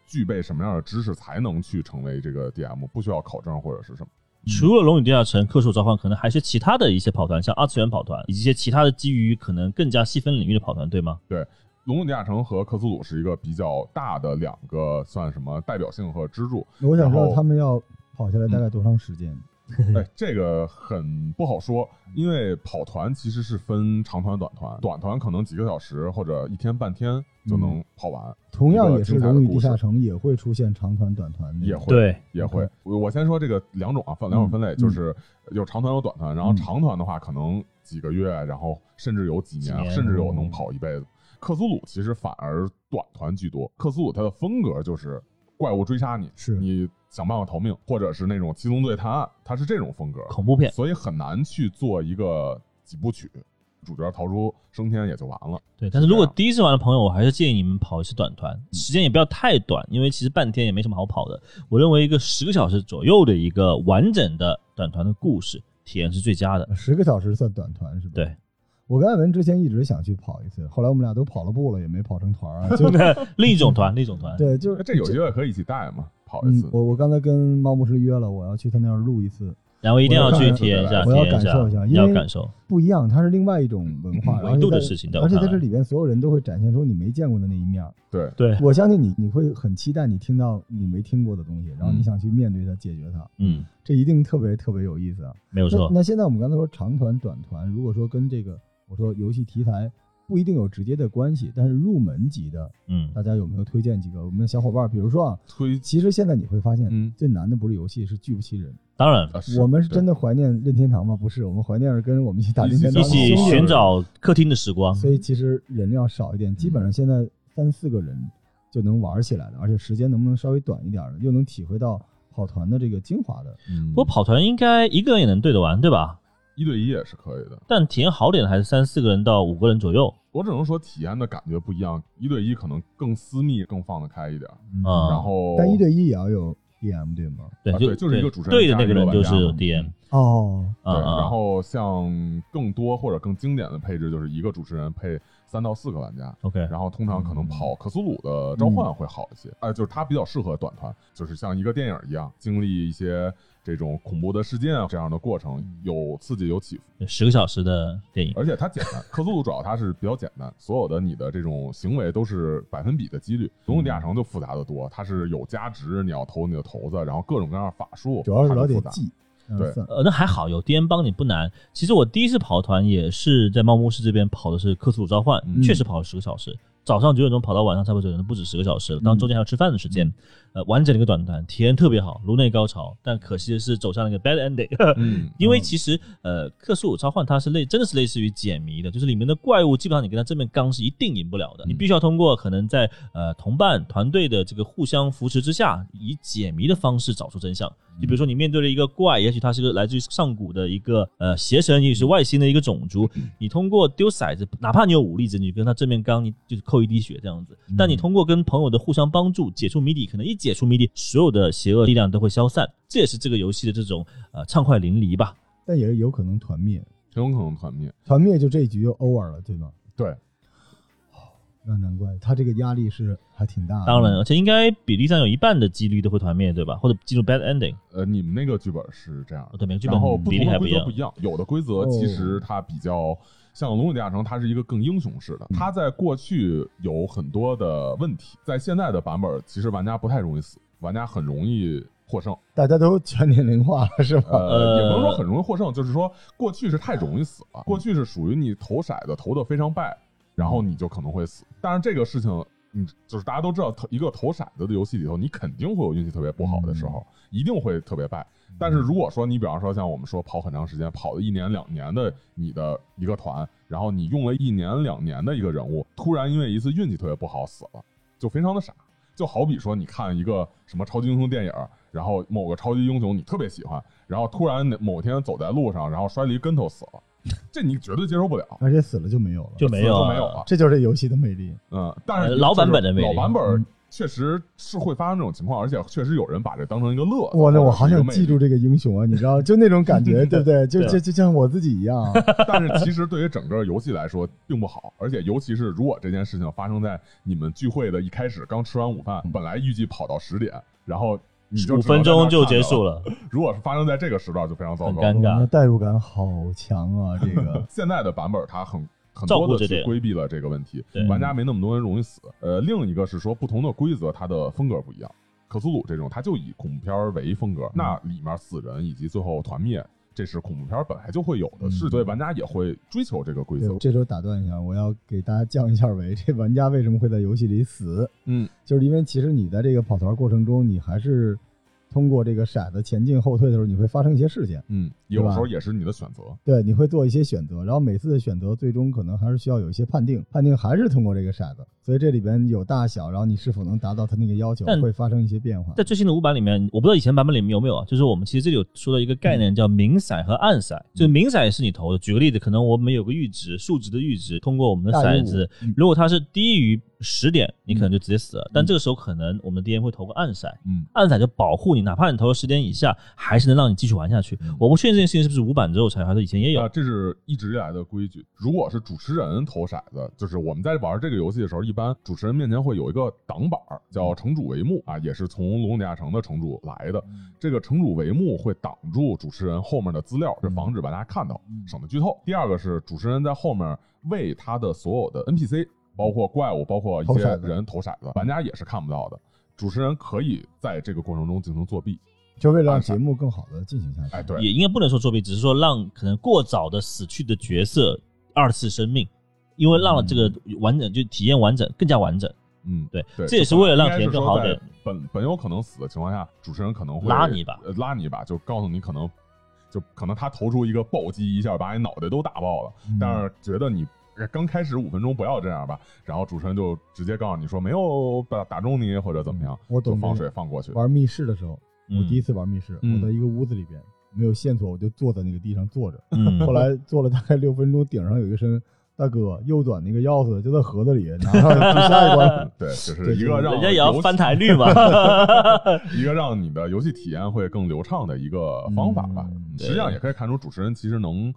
Speaker 4: 具备什么样的知识才能去成为这个 DM，不需要考证或者是什么。
Speaker 3: 除了《龙与地下城》克数召唤，可能还是其他的一些跑团，像二次元跑团以及一些其他的基于可能更加细分领域的跑团，对吗？
Speaker 4: 《龙与地下城》和《克苏鲁》是一个比较大的两个算什么代表性和支柱。
Speaker 2: 我想
Speaker 4: 然
Speaker 2: 知道
Speaker 4: 后嗯
Speaker 2: 他们要跑下来大概多长时间？
Speaker 4: 哎，这个很不好说，因为跑团其实是分长团、短团，短团可能几个小时或者一天半天就能跑完，
Speaker 2: 嗯同样也是
Speaker 4: 一个精
Speaker 2: 《
Speaker 4: 彩的
Speaker 2: 龙与地
Speaker 4: 故事
Speaker 2: 下城》也会出现长团、短团的，
Speaker 4: 也会
Speaker 3: 对，
Speaker 4: 也会
Speaker 2: OK。
Speaker 4: 我我先说这个两种啊，分两种分类，
Speaker 2: 嗯
Speaker 4: 就是有长团有短团，然后
Speaker 2: 嗯
Speaker 4: 长团的话可能几个月，然后甚至有几
Speaker 3: 几
Speaker 4: 年，啊
Speaker 3: 年
Speaker 4: 甚至
Speaker 2: 嗯
Speaker 4: 有能跑一辈子。克苏鲁其实反而短团居多，克苏鲁它的风格就是怪物追杀你，
Speaker 2: 是
Speaker 4: 你想办法逃命，或者是那种七宗罪探案，它是这种风格，
Speaker 3: 恐怖片。
Speaker 4: 所以很难去做一个几部曲，主角逃出升天也就完了。
Speaker 3: 对，但是如果
Speaker 4: 是这样
Speaker 3: 第一次玩的朋友，我还是建议你们跑一次短团，时间也不要太短，因为其实半天也没什么好跑的。我认为一个十个小时左右的一个完整的短团的故事体验是最佳的。
Speaker 2: 呃十个小时算短团是吧？
Speaker 3: 对。
Speaker 2: 我跟艾文之前一直想去跑一次，后来我们俩都跑了步了，也没跑成团儿 啊。就
Speaker 3: 另一种团，另一种团，
Speaker 2: 对，就是
Speaker 4: 那哎这有机会可以一起带嘛，跑一
Speaker 2: 嗯
Speaker 4: 次，。
Speaker 2: 我我刚才跟猫牧师约了，我要去他那儿录一次，
Speaker 3: 然后一定要去体验一下，
Speaker 2: 我
Speaker 3: 体
Speaker 2: 要
Speaker 3: 验
Speaker 2: 感受一下，因
Speaker 3: 要
Speaker 2: 为
Speaker 3: 感受。
Speaker 2: 不一样，它是另外一种文化，
Speaker 3: 嗯
Speaker 2: 然后
Speaker 3: 维度
Speaker 2: 在
Speaker 3: 的事情在我
Speaker 2: 而且在
Speaker 3: 看来
Speaker 2: 这里边，所有人都会展现出你没见过的那一面 儿。
Speaker 4: 对，
Speaker 3: 对，
Speaker 2: 我相信你，你会很期待你听到你没听过的东西，然后你想去面对它、解决它，
Speaker 3: 嗯，
Speaker 2: 这一定特别特别有意思啊。
Speaker 3: 没有
Speaker 2: 那
Speaker 3: 错，
Speaker 2: 那现在我们刚才说长团、短团，如果说跟这个我说游戏题材不一定有直接的关系，但是入门级的，
Speaker 3: 嗯，
Speaker 2: 大家有没有推荐几个我们的小伙伴？比如说啊，
Speaker 4: 推
Speaker 2: 其实现在你会发现，
Speaker 4: 嗯
Speaker 2: 最难的不是游戏，是聚不齐人。
Speaker 3: 当然。
Speaker 4: 啊
Speaker 2: 我们是
Speaker 4: 对
Speaker 2: 真的怀念任天堂吗？不是，我们怀念是跟我们一起打
Speaker 4: 一
Speaker 2: 任
Speaker 4: 起
Speaker 2: 天堂
Speaker 3: 一
Speaker 2: 的
Speaker 3: 起
Speaker 2: 兄弟
Speaker 3: 寻找客厅的时光，
Speaker 2: 所以其实人要少一点，基
Speaker 3: 嗯
Speaker 2: 本上现在三四个人就能玩起来了，而且时间能不能稍微短一点的，又能体会到跑团的这个精华的。
Speaker 4: 嗯
Speaker 3: 不过跑团应该一个人也能对得完，对吧？
Speaker 4: 一对一也是可以的。
Speaker 3: 但体验好点的还是三四个人到五个人左右，
Speaker 4: 我只能说体验的感觉不一样，一对一可能更私密、更放得开一点。
Speaker 3: 啊
Speaker 4: 然后，
Speaker 2: 嗯但一对一也要有 DM 对吗？
Speaker 3: 对，
Speaker 4: 啊
Speaker 3: 就
Speaker 4: 对就是一个主持人
Speaker 3: 对的那个人就
Speaker 4: 加一个
Speaker 3: 是
Speaker 4: 玩家嗯
Speaker 3: DM
Speaker 2: 哦，
Speaker 4: 对，
Speaker 3: 啊啊，
Speaker 4: 然后像更多或者更经典的配置，就是一个主持人配三到四个玩家。
Speaker 3: OK，
Speaker 4: 然后通常
Speaker 3: 嗯
Speaker 4: 可能跑克苏鲁的召唤会好一些，哎、就是它比较适合短团，就是像一个电影一样，经历一些这种恐怖的事件啊这样的过程，
Speaker 3: 嗯
Speaker 4: 有刺激有起伏，
Speaker 3: 十个小时的电影，
Speaker 4: 而且它简单。克苏鲁主要它是比较简单，所有的你的这种行为都是百分比的几率。龙与地
Speaker 3: 嗯
Speaker 4: 下城就复杂的多，它是有加值，你要投你的骰子，然后各种各样的法术，
Speaker 2: 主要是
Speaker 4: 它
Speaker 2: 老
Speaker 4: 就
Speaker 2: 得
Speaker 4: 复杂。
Speaker 2: 记，嗯
Speaker 4: 对
Speaker 2: 算
Speaker 3: 呃，那还好有 DM 帮你不难。其实我第一次跑团也是在猫牧师这边跑的是克苏鲁召唤，
Speaker 4: 嗯
Speaker 3: 确实跑了十个小时，早上九点钟跑到晚上差不多九点钟，不止十个小时了。当然中间还有吃饭的时间，
Speaker 4: 嗯
Speaker 3: 呃，完整的一个短团，体验特别好，颅内高潮。但可惜的是走向了一个 bad ending，
Speaker 4: 嗯，
Speaker 3: 因为其实呃，克苏鲁召唤它是类真的是类似于解谜的，就是里面的怪物基本上你跟它正面刚是一定赢不了的，你必须要通过可能在呃同伴团队的这个互相扶持之下，以解谜的方式找出真相。就比如说你面对了一个怪，也许它是个来自于上古的一个呃邪神，也许是外星的一个种族，你通过丢骰子，哪怕你有武力值，你跟它正面刚，你就是扣一滴血这样子。但你通过跟朋友的互相帮助，解除谜底，可能一解除谜底，所有的邪恶力量都会消散。这也是这个游戏的这种呃畅快淋漓吧。
Speaker 2: 但也有可能团灭，
Speaker 4: 很有可能团灭。
Speaker 2: 团灭就这一局就 over 了，对吗？
Speaker 4: 对，
Speaker 2: 那难怪他这个压力是还挺
Speaker 4: 啊
Speaker 2: 大的。
Speaker 3: 当然，而且应该比例上有一半的几率都会团灭，对吧？或者进入 bad ending。
Speaker 4: 呃，你们那个剧本是这样的
Speaker 3: 哦，对，每个剧
Speaker 4: 然
Speaker 3: 本
Speaker 4: 后不
Speaker 3: 比
Speaker 4: 同
Speaker 3: 例还
Speaker 4: 的
Speaker 3: 不一
Speaker 4: 规则
Speaker 3: 样哦
Speaker 4: 不一。样，有的规则其实它比较像《龙与地下城》，它是一个更英雄式
Speaker 3: 嗯
Speaker 4: 的。它在过去有很多的问题，在现在的版本，其实玩家不太容易死，玩家很容易获胜。
Speaker 2: 大家都全年龄化了，是吧？
Speaker 4: 呃，也不能说
Speaker 3: 呃
Speaker 4: 很容易获胜，就是说过去是太容易死了，过去是属于你投骰子投的非常败，然后你就可能会死。但是这个事情，你就是大家都知道，投一个投骰子的游戏里头，你肯定会有运气特别不好的时候，一定会特别败。但是如果说你比方说像我们说跑很长时间，跑了一年两年的你的一个团，然后你用了一年两年的一个人物，突然因为一次运气特别不好死了，就非常的傻。就好比说，你看一个什么超级英雄电影，然后某个超级英雄你特别喜欢，然后突然某天走在路上，然后摔了一跟头死了，这你绝对接受不了，
Speaker 2: 而且死了就没有了，
Speaker 3: 就 没有
Speaker 4: 都
Speaker 3: 啊
Speaker 4: 没有了。
Speaker 2: 这就是这游戏的魅力。
Speaker 4: 嗯，但是
Speaker 3: 呃老版本的魅力
Speaker 4: 老版本确实是会发生这种情况，而且确实有人把这当成一个乐子。
Speaker 2: 哇，那我
Speaker 4: 或
Speaker 2: 好
Speaker 4: 者是一
Speaker 2: 想
Speaker 4: 个魅
Speaker 2: 记
Speaker 4: 力
Speaker 2: 住这个英雄啊，你知道，就那种 感觉，对不对？就
Speaker 4: 啊
Speaker 3: 对
Speaker 2: 就就像我自己一样啊，
Speaker 4: 但是其实对于整个游戏来说并不好，而且尤其是如果这件事情发生在你们聚会的一开始，刚吃完午饭，本来预计跑到十点，然后你就
Speaker 3: 嗯五
Speaker 4: 只
Speaker 3: 分
Speaker 4: 能在那
Speaker 3: 钟
Speaker 4: 儿
Speaker 3: 就
Speaker 4: 看
Speaker 3: 结
Speaker 4: 着
Speaker 3: 束
Speaker 4: 了。
Speaker 3: 了，
Speaker 4: 如果是发生在这个时段，就非常糟
Speaker 3: 很
Speaker 4: 糕。
Speaker 3: 尴
Speaker 2: 哇那
Speaker 3: 尬。
Speaker 2: 代入感好强啊，这 个
Speaker 4: 现在的版本它很很
Speaker 3: 照顾
Speaker 4: 多
Speaker 3: 这
Speaker 4: 的
Speaker 3: 点
Speaker 4: 去规避了这个问题
Speaker 3: 对，
Speaker 4: 玩家没那么多人容易死。呃，另一个是说不同的规则它的风格不一样，克苏鲁这种它就以恐怖片儿为风
Speaker 3: 嗯
Speaker 4: 格，那里面死人以及最后团灭。这是恐怖片儿本来就会有的
Speaker 3: 嗯
Speaker 4: 事，所以玩家也会追求这个规
Speaker 2: 对
Speaker 4: 则，。
Speaker 2: 这时候打断一下，我要给大家降一下维，这玩家为什么会在游戏里死？
Speaker 4: 嗯，
Speaker 2: 就是因为其实你在这个跑团过程中，你还是通过这个骰子前进后退的时候，你会发生一些事情，
Speaker 4: 嗯，有时候也是你的选择。
Speaker 2: 对，你会做一些选择，然后每次的选择最终可能还是需要有一些判定，判定还是通过这个骰子，所以这里边有大小，然后你是否能达到它那个要求，
Speaker 3: 但
Speaker 2: 会发生一些变化
Speaker 3: 在。最新的五版里面，我不知道以前版本里面有没有啊，就是我们其实这里有说到一个概念叫明骰和暗骰，就是明骰是你投的。举个例子，可能我们有个阈值，数值的阈值，通过我们的
Speaker 2: 大于
Speaker 3: 骰
Speaker 2: 五
Speaker 3: 子，
Speaker 4: 嗯
Speaker 3: 如果它是低于十点，你可能就直接死了。但这个时候可能我们的 DM 会投个暗骰，
Speaker 4: 嗯，
Speaker 3: 暗骰就保护你，哪怕你投了十点以下，还是能让你继续玩下去。
Speaker 4: 嗯
Speaker 3: 我不确定这件事情是不是五版之后才有，还是以前也有
Speaker 4: 啊，。这是一直以来的规矩。如果是主持人投骰子，就是我们在玩这个游戏的时候，一般主持人面前会有一个挡板儿，叫城主帷幕啊，也是从《龙与地下城》的城主来的。这个城主帷幕会挡住主持人后面的资料，是防止玩家看到，省得剧透。第二个是主持人在后面为他的所有的 NPC，包括怪物，包括一
Speaker 2: 投
Speaker 4: 些
Speaker 2: 骰子
Speaker 4: 人投骰子，玩家也是看不到的。主持人可以在这个过程中进行作弊。
Speaker 2: 就为了让节目更好的进行下去。
Speaker 4: 哎，对，
Speaker 3: 也应该不能说作弊，只是说让可能过早的死去的角色二次生命，因为让了这个完整就体验完整更加完整。
Speaker 4: 嗯，
Speaker 3: 对
Speaker 4: 对，
Speaker 3: 这也是为了让体验
Speaker 4: 应该是
Speaker 3: 更
Speaker 4: 说
Speaker 3: 好
Speaker 4: 在
Speaker 3: 点。
Speaker 4: 本本有可能死的情况下，主持人可能会
Speaker 3: 拉你一把
Speaker 4: 呃拉你一把，就告诉你可能，就可能他投出一个暴击，一下把你脑袋都打爆了。但是觉得你呃刚开始五分钟不要这样吧，然后主持人就直接告诉你说没有打打中你或者怎么样，
Speaker 2: 我懂
Speaker 4: 就放
Speaker 2: 这
Speaker 4: 水
Speaker 2: 个
Speaker 4: 放过去。
Speaker 2: 玩密室的时候，我
Speaker 3: 嗯
Speaker 2: 第一次玩密室，
Speaker 4: 嗯
Speaker 2: 我在一个屋子里边没有线索，我就坐在那个地上坐着。
Speaker 3: 嗯，
Speaker 2: 后来坐了大概六分钟，顶上有一个声音：“大哥，右转那个钥匙就在盒子里，拿上去下一 关。
Speaker 4: 对，就是
Speaker 2: 对
Speaker 4: 一个让
Speaker 3: 人家也要
Speaker 4: 游戏
Speaker 3: 翻台率 嘛。
Speaker 4: 一个让你的游戏体验会更流畅的一个方法吧。
Speaker 2: 嗯
Speaker 4: 实际上也可以看出，主持人其实能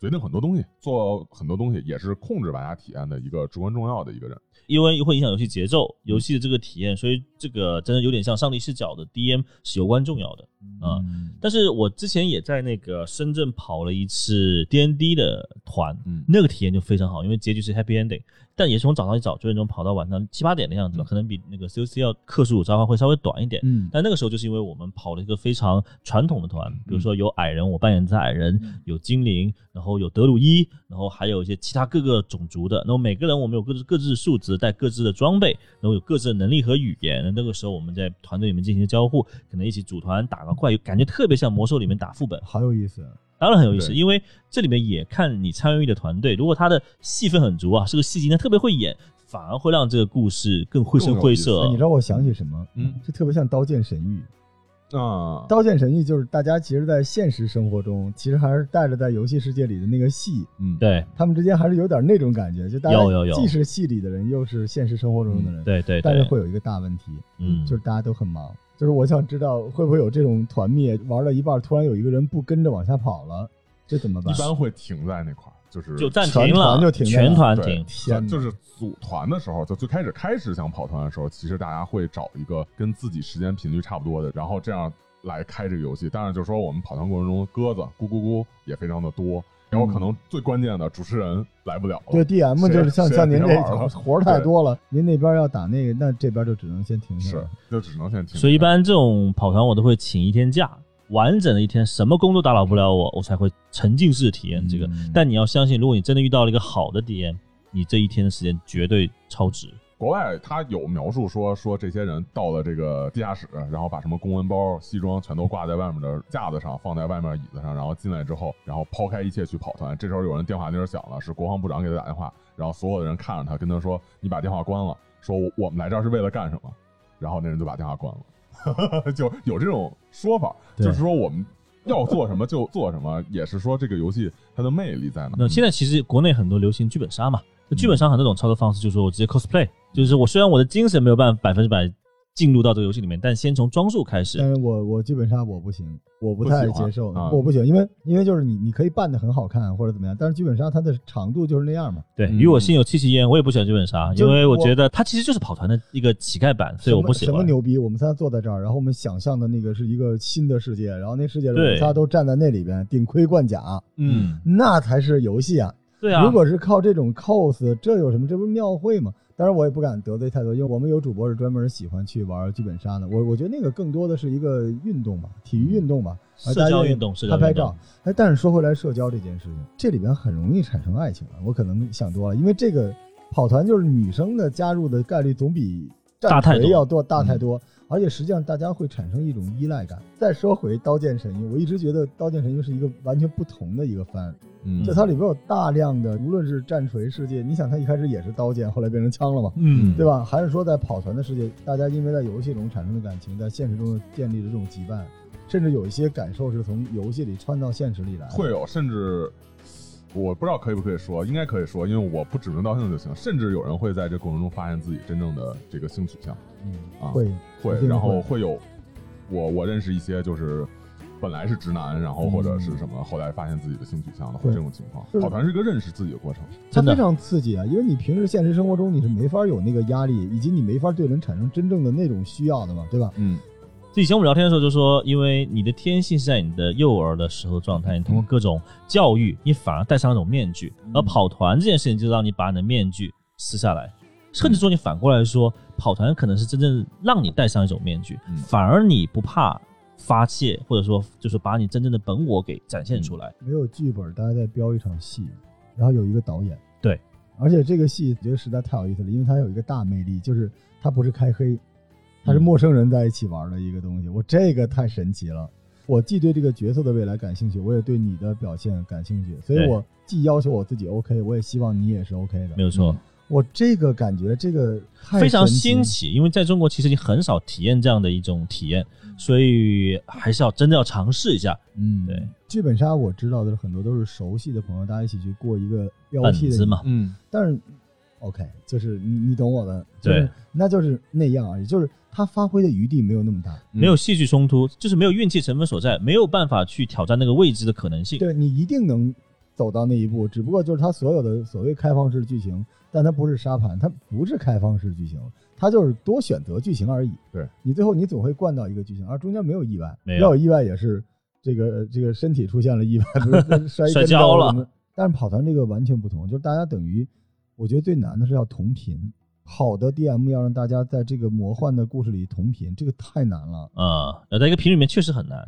Speaker 4: 决定很多东西，做很多东西，也是控制玩家体验的一个至关重要的一个人。
Speaker 3: 因为会影响游戏节奏、游戏的这个体验，所以这个真的有点像上帝视角的 DM 是有关重要的。啊
Speaker 2: 嗯
Speaker 3: 但是我之前也在那个深圳跑了一次 D N D 的团，
Speaker 4: 嗯
Speaker 3: 那个体验就非常好，因为结局是 happy ending，但也是从早上一早九点钟跑到晚上七八点的样子吧，
Speaker 4: 嗯
Speaker 3: 可能比那个 C O C 要克数召唤会稍微短一点。
Speaker 2: 嗯
Speaker 3: 但那个时候就是因为我们跑了一个非常传统的团，比如说有矮人，我扮演的是矮人，有精灵，然后有德鲁伊，然后还有一些其他各个种族的。然后每个人我们有各自各自的数值，带各自的装备，然后有各自的能力和语言。那个时候我们在团队里面进行交互，可能一起组团打个怪，感觉特别像魔兽里面打副本。
Speaker 2: 好有意思，
Speaker 3: 当然很有意思，
Speaker 4: 对
Speaker 3: 因为这里面也看你参与的团队，如果他的戏份很足啊，是个戏精，他特别会演，反而会让这个故事更绘声绘
Speaker 4: 更有
Speaker 3: 色。
Speaker 2: 哎你让我想起什么？
Speaker 4: 嗯，
Speaker 2: 这特别像《刀剑神
Speaker 3: 嗯
Speaker 2: 域》。
Speaker 4: 啊
Speaker 2: 《刀剑神域》就是大家其实，在现实生活中，其实还是带着在游戏世界里的那个戏，
Speaker 4: 嗯，
Speaker 3: 对
Speaker 2: 他们之间还是有点那种感觉，就大家
Speaker 3: 有有有嗯
Speaker 2: 既是戏里的人，又是现实生活中的人。，
Speaker 3: 对对对，
Speaker 2: 但是会有一个大问题，
Speaker 3: 嗯，
Speaker 2: 就是大家都很忙。就是我想知道，会不会有这种团灭，玩到一半，突然有一个人不跟着往下跑了，这怎么办
Speaker 4: 一？般会停在那块儿，就是
Speaker 3: 就暂停了，
Speaker 2: 全团就停了
Speaker 3: 全团
Speaker 4: 对
Speaker 3: 停。
Speaker 2: 天哪
Speaker 4: 就是组团的时候，就最开始开始想跑团的时候，其实大家会找一个跟自己时间频率差不多的，然后这样来开这个游戏。当然，就是说我们跑团过程中，鸽子咕咕咕也非常的多，然后
Speaker 3: 嗯
Speaker 4: 可能最关键的主持人来不了了，
Speaker 2: 对 DM 就是像
Speaker 4: 谁
Speaker 2: 像您
Speaker 4: 谁
Speaker 2: 这
Speaker 4: 玩了
Speaker 2: 活儿太多了，您那边要打那个，那这边就只能先停下
Speaker 4: 是
Speaker 2: 来。
Speaker 4: 就只能先停。
Speaker 3: 所以一般这种跑团我都会请一天假，完整的一天，什么工作打扰不了我，我才会沉浸式体验这个。
Speaker 2: 嗯
Speaker 3: 但你要相信，如果你真的遇到了一个好的 DM，你这一天的时间绝对超值。
Speaker 4: 国外他有描述说说这些人到了这个地下室，然后把什么公文包、西装全都挂在外面的架子上，放在外面椅子上，然后进来之后，然后抛开一切去跑团。这时候有人电话铃响了，是国防部长给他打电话，然后所有的人看着他，跟他说：“你把电话关了，说我我们来这儿是为了干什么？”然后那人就把电话关了， 就有这种说法，
Speaker 2: 对
Speaker 4: 就是说我们要做什么就做什么，也是说这个游戏它的魅力在哪。
Speaker 3: 那现在其实国内很多流行剧本杀嘛，那剧本杀很多种操作方式，就是说我直接 cosplay，就是我虽然我的精神没有办法百分之百进入到这个游戏里面，但先从装束开
Speaker 2: 但
Speaker 3: 始。
Speaker 2: 是我我剧本杀我不行，我不
Speaker 4: 不
Speaker 2: 太
Speaker 4: 喜欢
Speaker 2: 接受，
Speaker 4: 啊
Speaker 2: 我不喜欢，因为因为就是你你可以扮的很好看或者怎么样，但是剧本杀它的长度就是那样嘛，
Speaker 3: 对，
Speaker 4: 嗯
Speaker 3: 与我心有戚戚焉，我也不喜欢剧本杀，
Speaker 2: 就
Speaker 3: 因为我
Speaker 2: 我
Speaker 3: 觉得它其实就是跑团的一个乞丐版，所以我不喜
Speaker 2: 什么
Speaker 3: 欢。
Speaker 2: 牛逼？我们仨坐在这儿，然后我们想象的那个是一个新的世界，然后那世界里我
Speaker 3: 对
Speaker 2: 们仨都站在那里边顶盔贯甲，
Speaker 4: 嗯，
Speaker 2: 那才是游戏啊！
Speaker 3: 对啊，
Speaker 2: 如果是靠这种 cos，这有什么？这不是庙会吗？当然，我也不敢得罪太多，因为我们有主播是专门喜欢去玩剧本杀的。我我觉得那个更多的是一个运动吧，体育运动吧，啊
Speaker 3: 社
Speaker 2: 大家
Speaker 3: 交
Speaker 2: 愿意
Speaker 3: 运动社交
Speaker 2: 拍拍
Speaker 3: 运动
Speaker 2: 照。哎，但是说回来，社交这件事情，这里边很容易产生爱情了。我可能想多了，因为这个跑团就是女生的加入的概率总比战
Speaker 3: 大太
Speaker 2: 锤
Speaker 3: 多嗯
Speaker 2: 要多大太多，而且实际上大家会产生一种依赖感。再说回《刀剑神域》，我一直觉得《刀剑神域》是一个完全不同的一个番，
Speaker 4: 嗯
Speaker 2: 就它里边有大量的，无论是战锤世界，你想它一开始也是刀剑，后来变成枪了嘛，
Speaker 3: 嗯
Speaker 2: 对吧？还是说在跑团的世界，大家因为在游戏中产生的感情，在现实中建立的这种羁绊，甚至有一些感受是从游戏里穿到现实里来。
Speaker 4: 会有，甚至我不知道可以不可以说，应该可以说，因为我不指名道姓就行。甚至有人会在这过程中发现自己真正的这个性取向，
Speaker 2: 嗯
Speaker 4: 啊
Speaker 2: 会
Speaker 4: 会
Speaker 2: 一定，
Speaker 4: 然
Speaker 2: 会
Speaker 4: 后会有我我认识一些就是本来是直男，然后或者是什么，后来发现自己的性取向的，会
Speaker 2: 嗯对
Speaker 4: 这种情况
Speaker 2: 就。是
Speaker 4: 跑团是一个认识自己的过程，
Speaker 2: 它
Speaker 3: 真的
Speaker 2: 非常刺激啊，因为你平时现实生活中你是没法有那个压力，以及你没法对人产生真正的那种需要的嘛，对吧？
Speaker 4: 嗯，
Speaker 3: 就以前我们聊天的时候就说，因为你的天性是在你的幼儿的时候状态，你
Speaker 2: 嗯
Speaker 3: 通过各种教育，你反而戴上了一种面具。而跑团这件事情就让你把你的面具撕下来，甚至说你反过来说，跑团可能是真正让你戴上一种面具
Speaker 4: 嗯，
Speaker 3: 反而你不怕发泄，或者说就是把你真正的本我给展现出来。
Speaker 2: 没有剧本，大家在标一场戏，然后有一个导演。
Speaker 3: 对，
Speaker 2: 而且这个戏觉得实在太有意思了，因为它有一个大魅力，就是它不是开黑，它是陌生人在一起玩的一个
Speaker 3: 嗯
Speaker 2: 东西。我这个太神奇了，我既对这个角色的未来感兴趣，我也对你的表现感兴趣，所以
Speaker 3: 对
Speaker 2: 我既要求我自己 OK，我也希望你也是 OK 的。
Speaker 3: 没有错，
Speaker 2: 我这个感觉，这个嗯太
Speaker 3: 非常
Speaker 2: 神奇
Speaker 3: 新
Speaker 2: 了
Speaker 3: 奇，因为在中国其实你很少体验这样的一种体验，所以还是要真的要尝试一下。
Speaker 2: 嗯，
Speaker 3: 对，
Speaker 2: 剧本杀我知道的是很多都是熟悉的朋友，大家一起去过一个标题
Speaker 3: 本
Speaker 2: 的
Speaker 3: 子嘛
Speaker 4: 嗯，
Speaker 2: 但是 OK，就是你你懂我的，就
Speaker 3: 对
Speaker 2: 是那就是那样而已，就是他发挥的余地没有那么大。
Speaker 4: 嗯
Speaker 3: 没有戏剧冲突，就是没有运气成分所在，没有办法去挑战那个未知的可能性。
Speaker 2: 对你一定能走到那一步，只不过就是它所有的所谓开放式剧情，但它不是沙盘，它不是开放式剧情，它就是多选择剧情而已。
Speaker 4: 对
Speaker 2: 你最后你总会灌到一个剧情，而中间没有意外，
Speaker 3: 没有
Speaker 2: 要有意外也是这个这个身体出现了意外，比 如摔一
Speaker 3: 摔
Speaker 2: 跟
Speaker 3: 跤
Speaker 2: 头
Speaker 3: 了
Speaker 2: 什么的。但是跑团这个完全不同，就是大家等于，我觉得最难的是要同频。好的 DM 要让大家在这个魔幻的故事里同频，这个太难了。
Speaker 3: 啊、呃，在一个屏里面确实很难，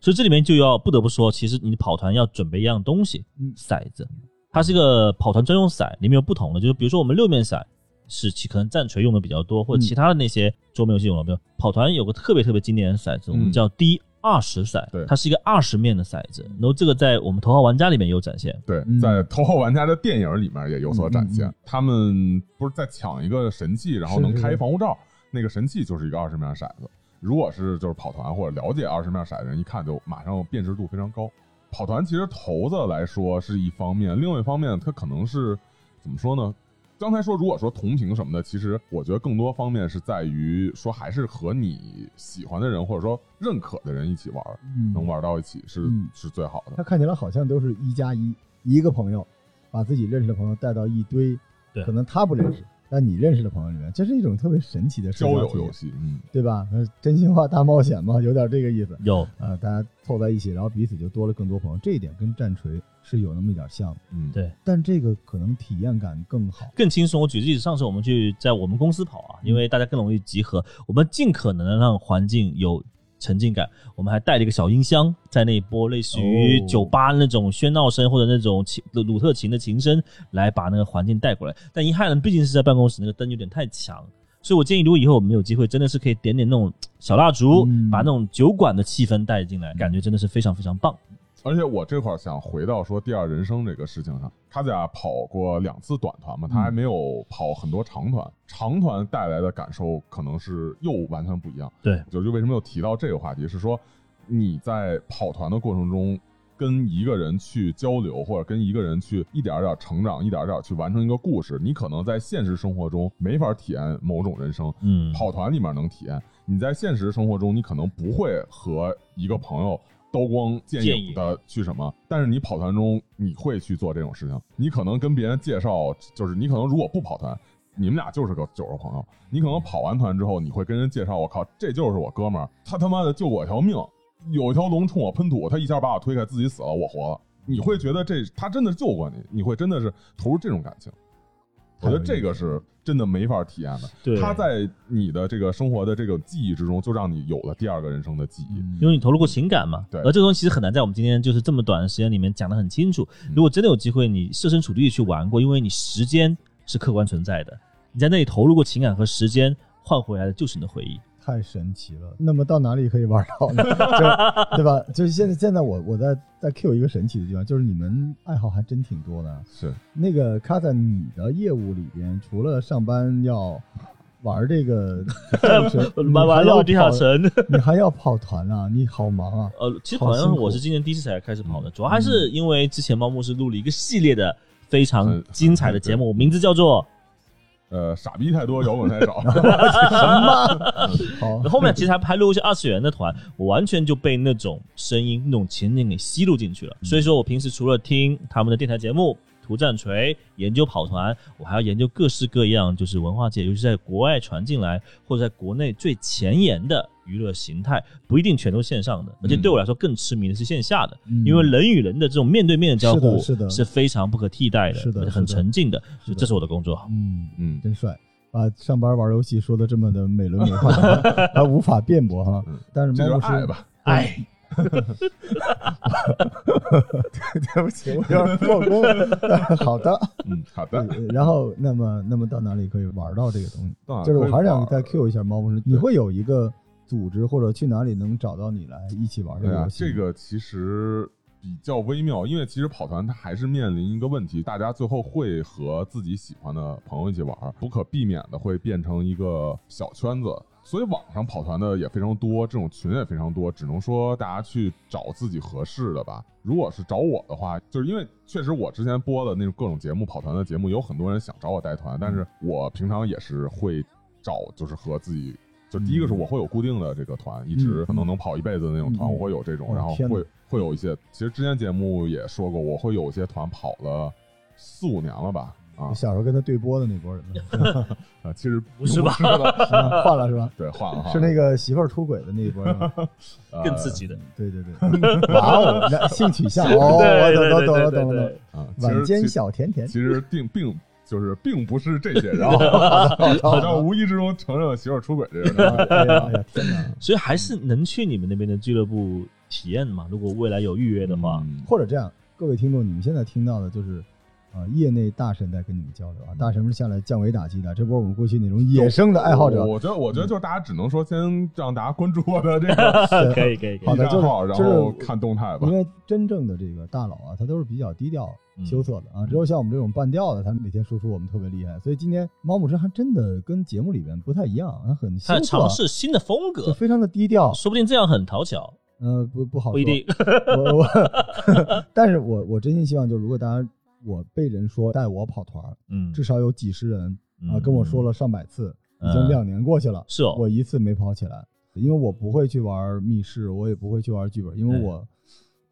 Speaker 3: 所以这里面就要不得不说，其实你跑团要准备一样东西，
Speaker 2: 嗯
Speaker 3: 骰子，它是一个跑团专用骰，里面有不同的，就是比如说我们六面骰是其可能战锤用的比较多，或者
Speaker 2: 嗯
Speaker 3: 其他的那些桌面游戏用的比较多，跑团有个特别特别经典的骰子，我们
Speaker 4: 嗯
Speaker 3: 叫 D 二十骰
Speaker 4: 对，
Speaker 3: 它是一个二十面的骰子，然后这个在我们头号玩家里面也有展现，
Speaker 4: 对
Speaker 2: 嗯，
Speaker 4: 在《头号玩家》的电影里面也有所展现。
Speaker 2: 嗯嗯
Speaker 4: 他们不是在抢一个神器，然后
Speaker 2: 是
Speaker 4: 能
Speaker 2: 是
Speaker 4: 开
Speaker 2: 是
Speaker 4: 防护罩，那个神器就是一个二十面骰子。如果是就是跑团或者了解二十面骰的人，一看就马上辨识度非常高。跑团其实骰子来说是一方面，另外一方面它可能是怎么说呢？刚才说如果说同屏什么的，其实我觉得更多方面是在于说还是和你喜欢的人或者说认可的人一起玩，
Speaker 2: 嗯
Speaker 4: 能玩到一起是、
Speaker 2: 嗯
Speaker 4: 是最好的。
Speaker 2: 他看起来好像都是一加一，一个朋友把自己认识的朋友带到一堆，
Speaker 3: 对
Speaker 2: 可能他不认识，但你认识的朋友里面，这是一种特别神奇的社
Speaker 4: 交
Speaker 2: 交
Speaker 4: 友
Speaker 2: 体验
Speaker 4: 游戏，嗯，
Speaker 2: 对吧？那真心话大冒险嘛，有点这个意思。
Speaker 3: 有
Speaker 2: 啊，大家凑在一起，然后彼此就多了更多朋友，这一点跟战锤是有那么一点像的，
Speaker 4: 嗯，
Speaker 3: 对
Speaker 2: 但这个可能体验感更好。
Speaker 3: 更轻松。我举个例子，上次我们去在我们公司跑啊，
Speaker 2: 嗯
Speaker 3: 因为大家更容易集合，我们尽可能的让环境有沉浸感。我们还带了一个小音箱，在那一波类似于
Speaker 2: 哦
Speaker 3: 酒吧那种喧闹声或者那种琴鲁特琴的琴声，来把那个环境带过来。但遗憾呢，毕竟是在办公室，那个灯有点太强。所以，我建议，如果以后我们有机会，真的是可以点点那种小蜡烛，
Speaker 2: 嗯
Speaker 3: 把那种酒馆的气氛带进来，感觉真的是非常非常棒。
Speaker 4: 而且我这块儿想回到说第二人生这个事情上，卡甲跑过两次短团嘛，他
Speaker 3: 嗯
Speaker 4: 还没有跑很多长团，长团带来的感受可能是又完全不一样。
Speaker 3: 对，
Speaker 4: 就是为什么又提到这个话题，是说你在跑团的过程中。跟一个人去交流，或者跟一个人去一点儿点儿成长，一点儿点儿去完成一个故事，你可能在现实生活中没法体验某种人生，
Speaker 3: 嗯，
Speaker 4: 跑团里面能体验。你在现实生活中，你可能不会和一个朋友刀光剑影的去什么，但是你跑团中你会去做这种事情。你可能跟别人介绍，就是你可能如果不跑团，你们俩就是个酒肉朋友。你可能跑完团之后，你会跟人介绍，我靠，这就是我哥们儿，他他妈的救我一条命，有一条龙冲我喷吐，他一下把我推开，自己死了，我活了。你会觉得这他真的救过你，你会真的是投入这种感情。我觉得这个是真的没法体验的。
Speaker 3: 对，
Speaker 4: 它在你的这个生活的这个记忆之中，就让你有了第二个人生的记忆。
Speaker 3: 因为你投入过情感嘛。
Speaker 4: 对
Speaker 3: 而这个东西其实很难在我们今天就是这么短的时间里面讲得很清楚。
Speaker 4: 嗯
Speaker 3: 如果真的有机会，你设身处地地去玩过，因为你时间是客观存在的，你在那里投入过情感和时间，换回来的就是你的回忆。
Speaker 2: 太神奇了。那么到哪里可以玩到呢？ 就对吧？就是现在，现在我我在在 Q 一个神奇的地方，就是你们爱好还真挺多的。啊
Speaker 4: 是
Speaker 2: 那个卡在你的业务里边，除了上班要玩 这个战锤，你
Speaker 3: 玩
Speaker 2: 还
Speaker 3: 完
Speaker 2: 要
Speaker 3: 了
Speaker 2: 跑
Speaker 3: 地下，城，
Speaker 2: 你还要跑团啊？你好忙啊！
Speaker 3: 呃，其实
Speaker 2: 好
Speaker 3: 跑像
Speaker 2: 辛苦
Speaker 3: 我是今年第一次才开始
Speaker 4: 嗯
Speaker 3: 跑的，主要还是因为之前猫牧是录了一个系列的非常
Speaker 4: 很
Speaker 3: 精彩的节目，名字叫做
Speaker 4: 呃，傻逼太多，摇滚太少。
Speaker 2: 好，
Speaker 3: 后面其实还还录一些二次元的团，我完全就被那种声音、那种情景给吸入进去了。所以说我平时除了听他们的电台节目、涂战锤、研究跑团，我还要研究各式各样，就是文化界，尤其在国外传进来或者在国内最前沿的娱乐形态，不一定全都线上的。而且对我来说更痴迷的是线下的，
Speaker 2: 嗯
Speaker 3: 因为人与人的这种面对面的交互
Speaker 2: 是的是的
Speaker 3: 是非常不可替代的，
Speaker 2: 是的
Speaker 3: 而且很
Speaker 2: 是的
Speaker 3: 沉浸的。所以
Speaker 2: 的
Speaker 3: 这是我的工作。
Speaker 2: 嗯，
Speaker 4: 嗯，
Speaker 2: 真帅。把上班玩游戏说的这么的美轮美奂，还 还无法辩驳哈
Speaker 4: 嗯。
Speaker 2: 但是
Speaker 4: 这
Speaker 2: 猫
Speaker 4: 就是
Speaker 2: 牧师
Speaker 4: 爱， 吧。
Speaker 3: 哎，
Speaker 2: 对不起，我 有点破功了。但是好 的，
Speaker 4: 嗯，好的。
Speaker 2: 对然后那么那么到哪里可以玩到这个东西？
Speaker 4: 到哪
Speaker 2: 就是我还是想
Speaker 4: 可以
Speaker 2: 再
Speaker 4: 玩
Speaker 2: Q 一下猫牧师，你会有一个组织或者去哪里能找到你来一起玩这
Speaker 4: 对
Speaker 2: 个
Speaker 4: 啊
Speaker 2: 游，戏？
Speaker 4: 这个其实比较微妙，因为其实跑团它还是面临一个问题，大家最后会和自己喜欢的朋友一起玩，不可避免的会变成一个小圈子。所以网上跑团的也非常多，这种群也非常多，只能说大家去找自己合适的吧。如果是找我的话，就是因为确实我之前播的那种各种节目跑团的节目，有很多人想找我带团，但是我平常也是会找就是和自己就第一个是我会有固定的这个团，一直
Speaker 2: 嗯
Speaker 4: 可能能跑一辈子的那种团，
Speaker 2: 嗯
Speaker 4: 我会有这种，
Speaker 2: 哦
Speaker 4: 然后
Speaker 2: 天哪
Speaker 4: 会会有一些，其实之前节目也说过，我会有一些团跑了四五年了吧，啊
Speaker 2: 我小时候跟他对播的那波人，
Speaker 4: 啊，其实
Speaker 3: 不是吧
Speaker 4: 不的
Speaker 2: 啊换了是吧？
Speaker 4: 对，换了哈，
Speaker 2: 是那个媳妇儿出轨的那一波人，
Speaker 4: 呃
Speaker 3: 更刺激的，
Speaker 2: 对对对，哇哦，那性取向哦，
Speaker 3: 对对
Speaker 2: 我
Speaker 3: 对
Speaker 2: 懂
Speaker 3: 对
Speaker 2: 了懂了懂
Speaker 3: 对
Speaker 2: 了懂了
Speaker 3: 对，，
Speaker 4: 啊，其实
Speaker 2: 晚间
Speaker 4: 其
Speaker 2: 小甜甜
Speaker 4: 其，实并并就是并不是这些 人啊，好像无意之中承认了媳妇儿出轨这个
Speaker 2: 啊
Speaker 4: 人。
Speaker 2: 哎呀哎呀天哪！
Speaker 3: 所以还是能去你们那边的俱乐部体验嘛？如果未来有预约的话，
Speaker 4: 嗯
Speaker 2: 或者这样，各位听众，你们现在听到的就是。啊，业内大神在跟你们交流啊，大神们下来降维打击的。这波我们过去那种野生的爱好者
Speaker 3: 哦
Speaker 4: 我，我觉得，我觉得就是大家只能说先让大家关注我的这个
Speaker 2: 呃
Speaker 3: 可以可以可以
Speaker 2: 好的
Speaker 4: 账号，
Speaker 2: 就
Speaker 4: 然
Speaker 2: 是
Speaker 4: 后看动态吧
Speaker 2: 因。为真正的这个大佬啊，他都是比较低调
Speaker 3: 嗯
Speaker 2: 羞涩的啊，只有像我们这种半吊的，他们每天输出我们特别厉害。所以今天猫牧之还真的跟节目里面不太一样，他很羞
Speaker 3: 他
Speaker 2: 涩
Speaker 3: 尝，试新的风
Speaker 2: 啊就
Speaker 3: 格，
Speaker 2: 非常的低调。
Speaker 3: 说不定这样很讨巧，
Speaker 2: 嗯，不不好说，
Speaker 3: 不一定。
Speaker 2: 我 我，但是我我真心希望，就是如果大家我被人说带我跑团儿，
Speaker 3: 嗯，
Speaker 2: 至少有几十人啊、
Speaker 3: 嗯
Speaker 2: 跟我说了上百次，已
Speaker 3: 嗯
Speaker 2: 经两年过去了，
Speaker 3: 是哦
Speaker 2: 我一次没跑起来，因为我不会去玩密室，我也不会去玩剧本，因为
Speaker 3: 哎
Speaker 2: 我、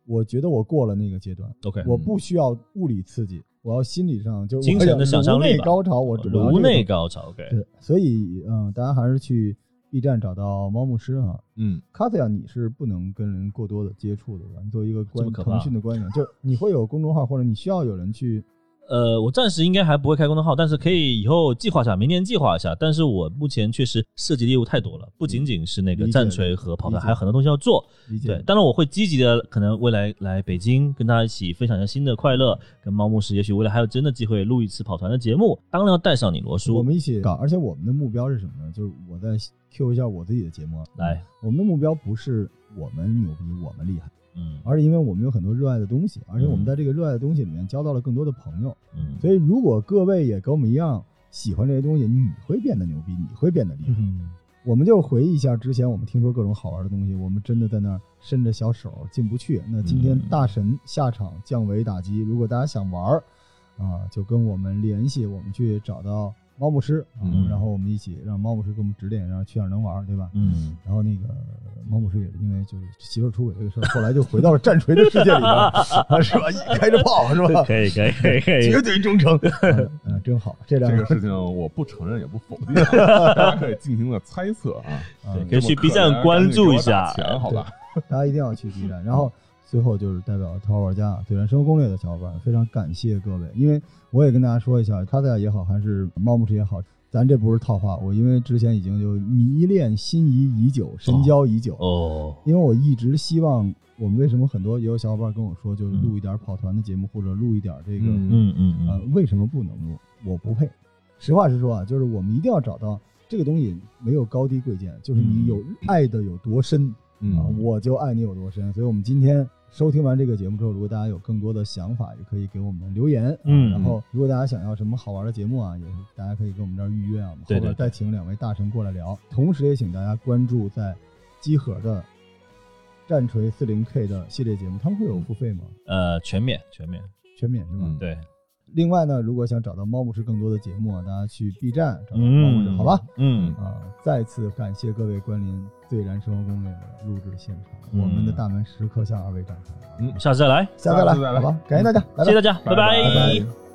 Speaker 2: 我觉得我过了那个阶段，
Speaker 3: OK，
Speaker 2: 我不需要物理刺激，我要心理上就是
Speaker 3: 精神的想象力吧
Speaker 2: 颅内高潮，我我要这个
Speaker 3: 嗯颅内高潮，OK，
Speaker 2: 对，所以嗯、大家还是去 B 站找到猫牧师啊，
Speaker 4: 嗯，
Speaker 2: 卡特亚，你是不能跟人过多的接触的，吧？你作为一个
Speaker 3: 这
Speaker 2: 官
Speaker 3: 么可怕
Speaker 2: 腾讯的官员，就你会有公众号，或者你需要有人去
Speaker 3: 呃，我暂时应该还不会开公众号，但是可以以后计划一下，明年计划一下。但是我目前确实涉及的业务太多了，不仅仅是那个
Speaker 2: 理解
Speaker 3: 战锤和跑
Speaker 2: 理
Speaker 3: 团，
Speaker 2: 解
Speaker 3: 还有很多东西要做。
Speaker 2: 理解。
Speaker 3: 对，当然我会积极的，可能未来来北京跟大家一起分享一下新的快乐，跟猫牧师，也许未来还有真的机会录一次跑团的节目，当然要带上你罗
Speaker 2: 我
Speaker 3: 叔
Speaker 2: 们一起搞，而且我们的目标是什么呢？就是我再 Q 一下我自己的节目啊，
Speaker 3: 来。
Speaker 2: 我们的目标不是我们牛逼，我们厉害，
Speaker 3: 嗯
Speaker 2: 而是因为我们有很多热爱的东西，而且我们
Speaker 3: 嗯
Speaker 2: 在这个热爱的东西里面交到了更多的朋友。
Speaker 3: 嗯，
Speaker 2: 所以，如果各位也跟我们一样喜欢这些东西，你会变得牛逼，你会变得厉害。
Speaker 3: 嗯
Speaker 2: 我们就回忆一下之前我们听说各种好玩的东西，我们真的在那儿伸着小手进不去。那今天大神下场降维打击，如果大家想玩儿啊，就跟我们联系，我们去找到猫牧师啊，
Speaker 3: 嗯
Speaker 2: 然后我们一起让猫牧师给我们指点，让去哪儿能玩儿，对吧？
Speaker 3: 嗯，
Speaker 2: 然后那个猫牧师也是因为就是媳妇儿出轨这个事儿，后来就回到了战锤的世界里 面，啊是吧？开着炮是吧？
Speaker 3: 可以可以可以可以，
Speaker 2: 啊绝对忠诚， 嗯、嗯真好。这两
Speaker 4: 这个事情我不承认也不否定 啊，大家可以尽情的猜测啊。
Speaker 2: 啊
Speaker 3: 对可以去 B
Speaker 4: 这
Speaker 3: 站
Speaker 4: 么可怜
Speaker 3: 关注一下
Speaker 4: 赶紧给我打钱好吧？
Speaker 2: 大家一定要去 B 站。然后最后就是代表淘宝玩家啊对战生活攻略的小伙伴，非常感谢各位，因为我也跟大家说一下，卡塞亚也好，还是猫牧师也好，咱这不是套话，我因为之前已经就迷恋心仪已久，深交已久，
Speaker 3: 哦，
Speaker 2: 因为我一直希望。我们为什么很多也有小伙伴跟我说，就是
Speaker 3: 嗯
Speaker 2: 录一点跑团的节目，或者录一点这个，
Speaker 4: 嗯
Speaker 3: 嗯嗯
Speaker 2: 呃
Speaker 3: 嗯，，
Speaker 2: 为什么不能录？我不配。实话实说啊，就是我们一定要找到这个东西没有高低贵贱，就是你
Speaker 3: 嗯
Speaker 2: 有爱的有多深，啊，
Speaker 4: 嗯，
Speaker 2: 我就爱你有多深。所以，我们今天收听完这个节目之后，如果大家有更多的想法，也可以给我们留言。
Speaker 3: 嗯
Speaker 2: 然后，如果大家想要什么好玩的节目啊，也是大家可以跟我们这儿预约啊，我们
Speaker 3: 对对
Speaker 2: 后边再请两位大神过来聊。同时，也请大家关注在机核的战锤四零 K 的系列节目，他们会
Speaker 3: 嗯
Speaker 2: 有付费吗？
Speaker 3: 呃，全免全免，
Speaker 2: 全免是吗？
Speaker 4: 嗯
Speaker 3: 对，
Speaker 2: 另外呢，如果想找到猫牧师更多的节目啊，大家去 B 站找到猫牧师，
Speaker 3: 嗯，
Speaker 2: 好吧？，
Speaker 3: 嗯，
Speaker 2: 啊，再次感谢各位光临《最燃生活攻略》的录制现场，
Speaker 3: 嗯
Speaker 2: 我们的大门时刻向二位展开。
Speaker 4: 嗯
Speaker 3: 我们下次再来，
Speaker 2: 下次再
Speaker 4: 下
Speaker 2: 来，
Speaker 4: 次再来
Speaker 2: 好吧？感谢大家，拜
Speaker 3: 谢谢大
Speaker 2: 拜
Speaker 3: 家，
Speaker 4: 拜拜
Speaker 2: 拜拜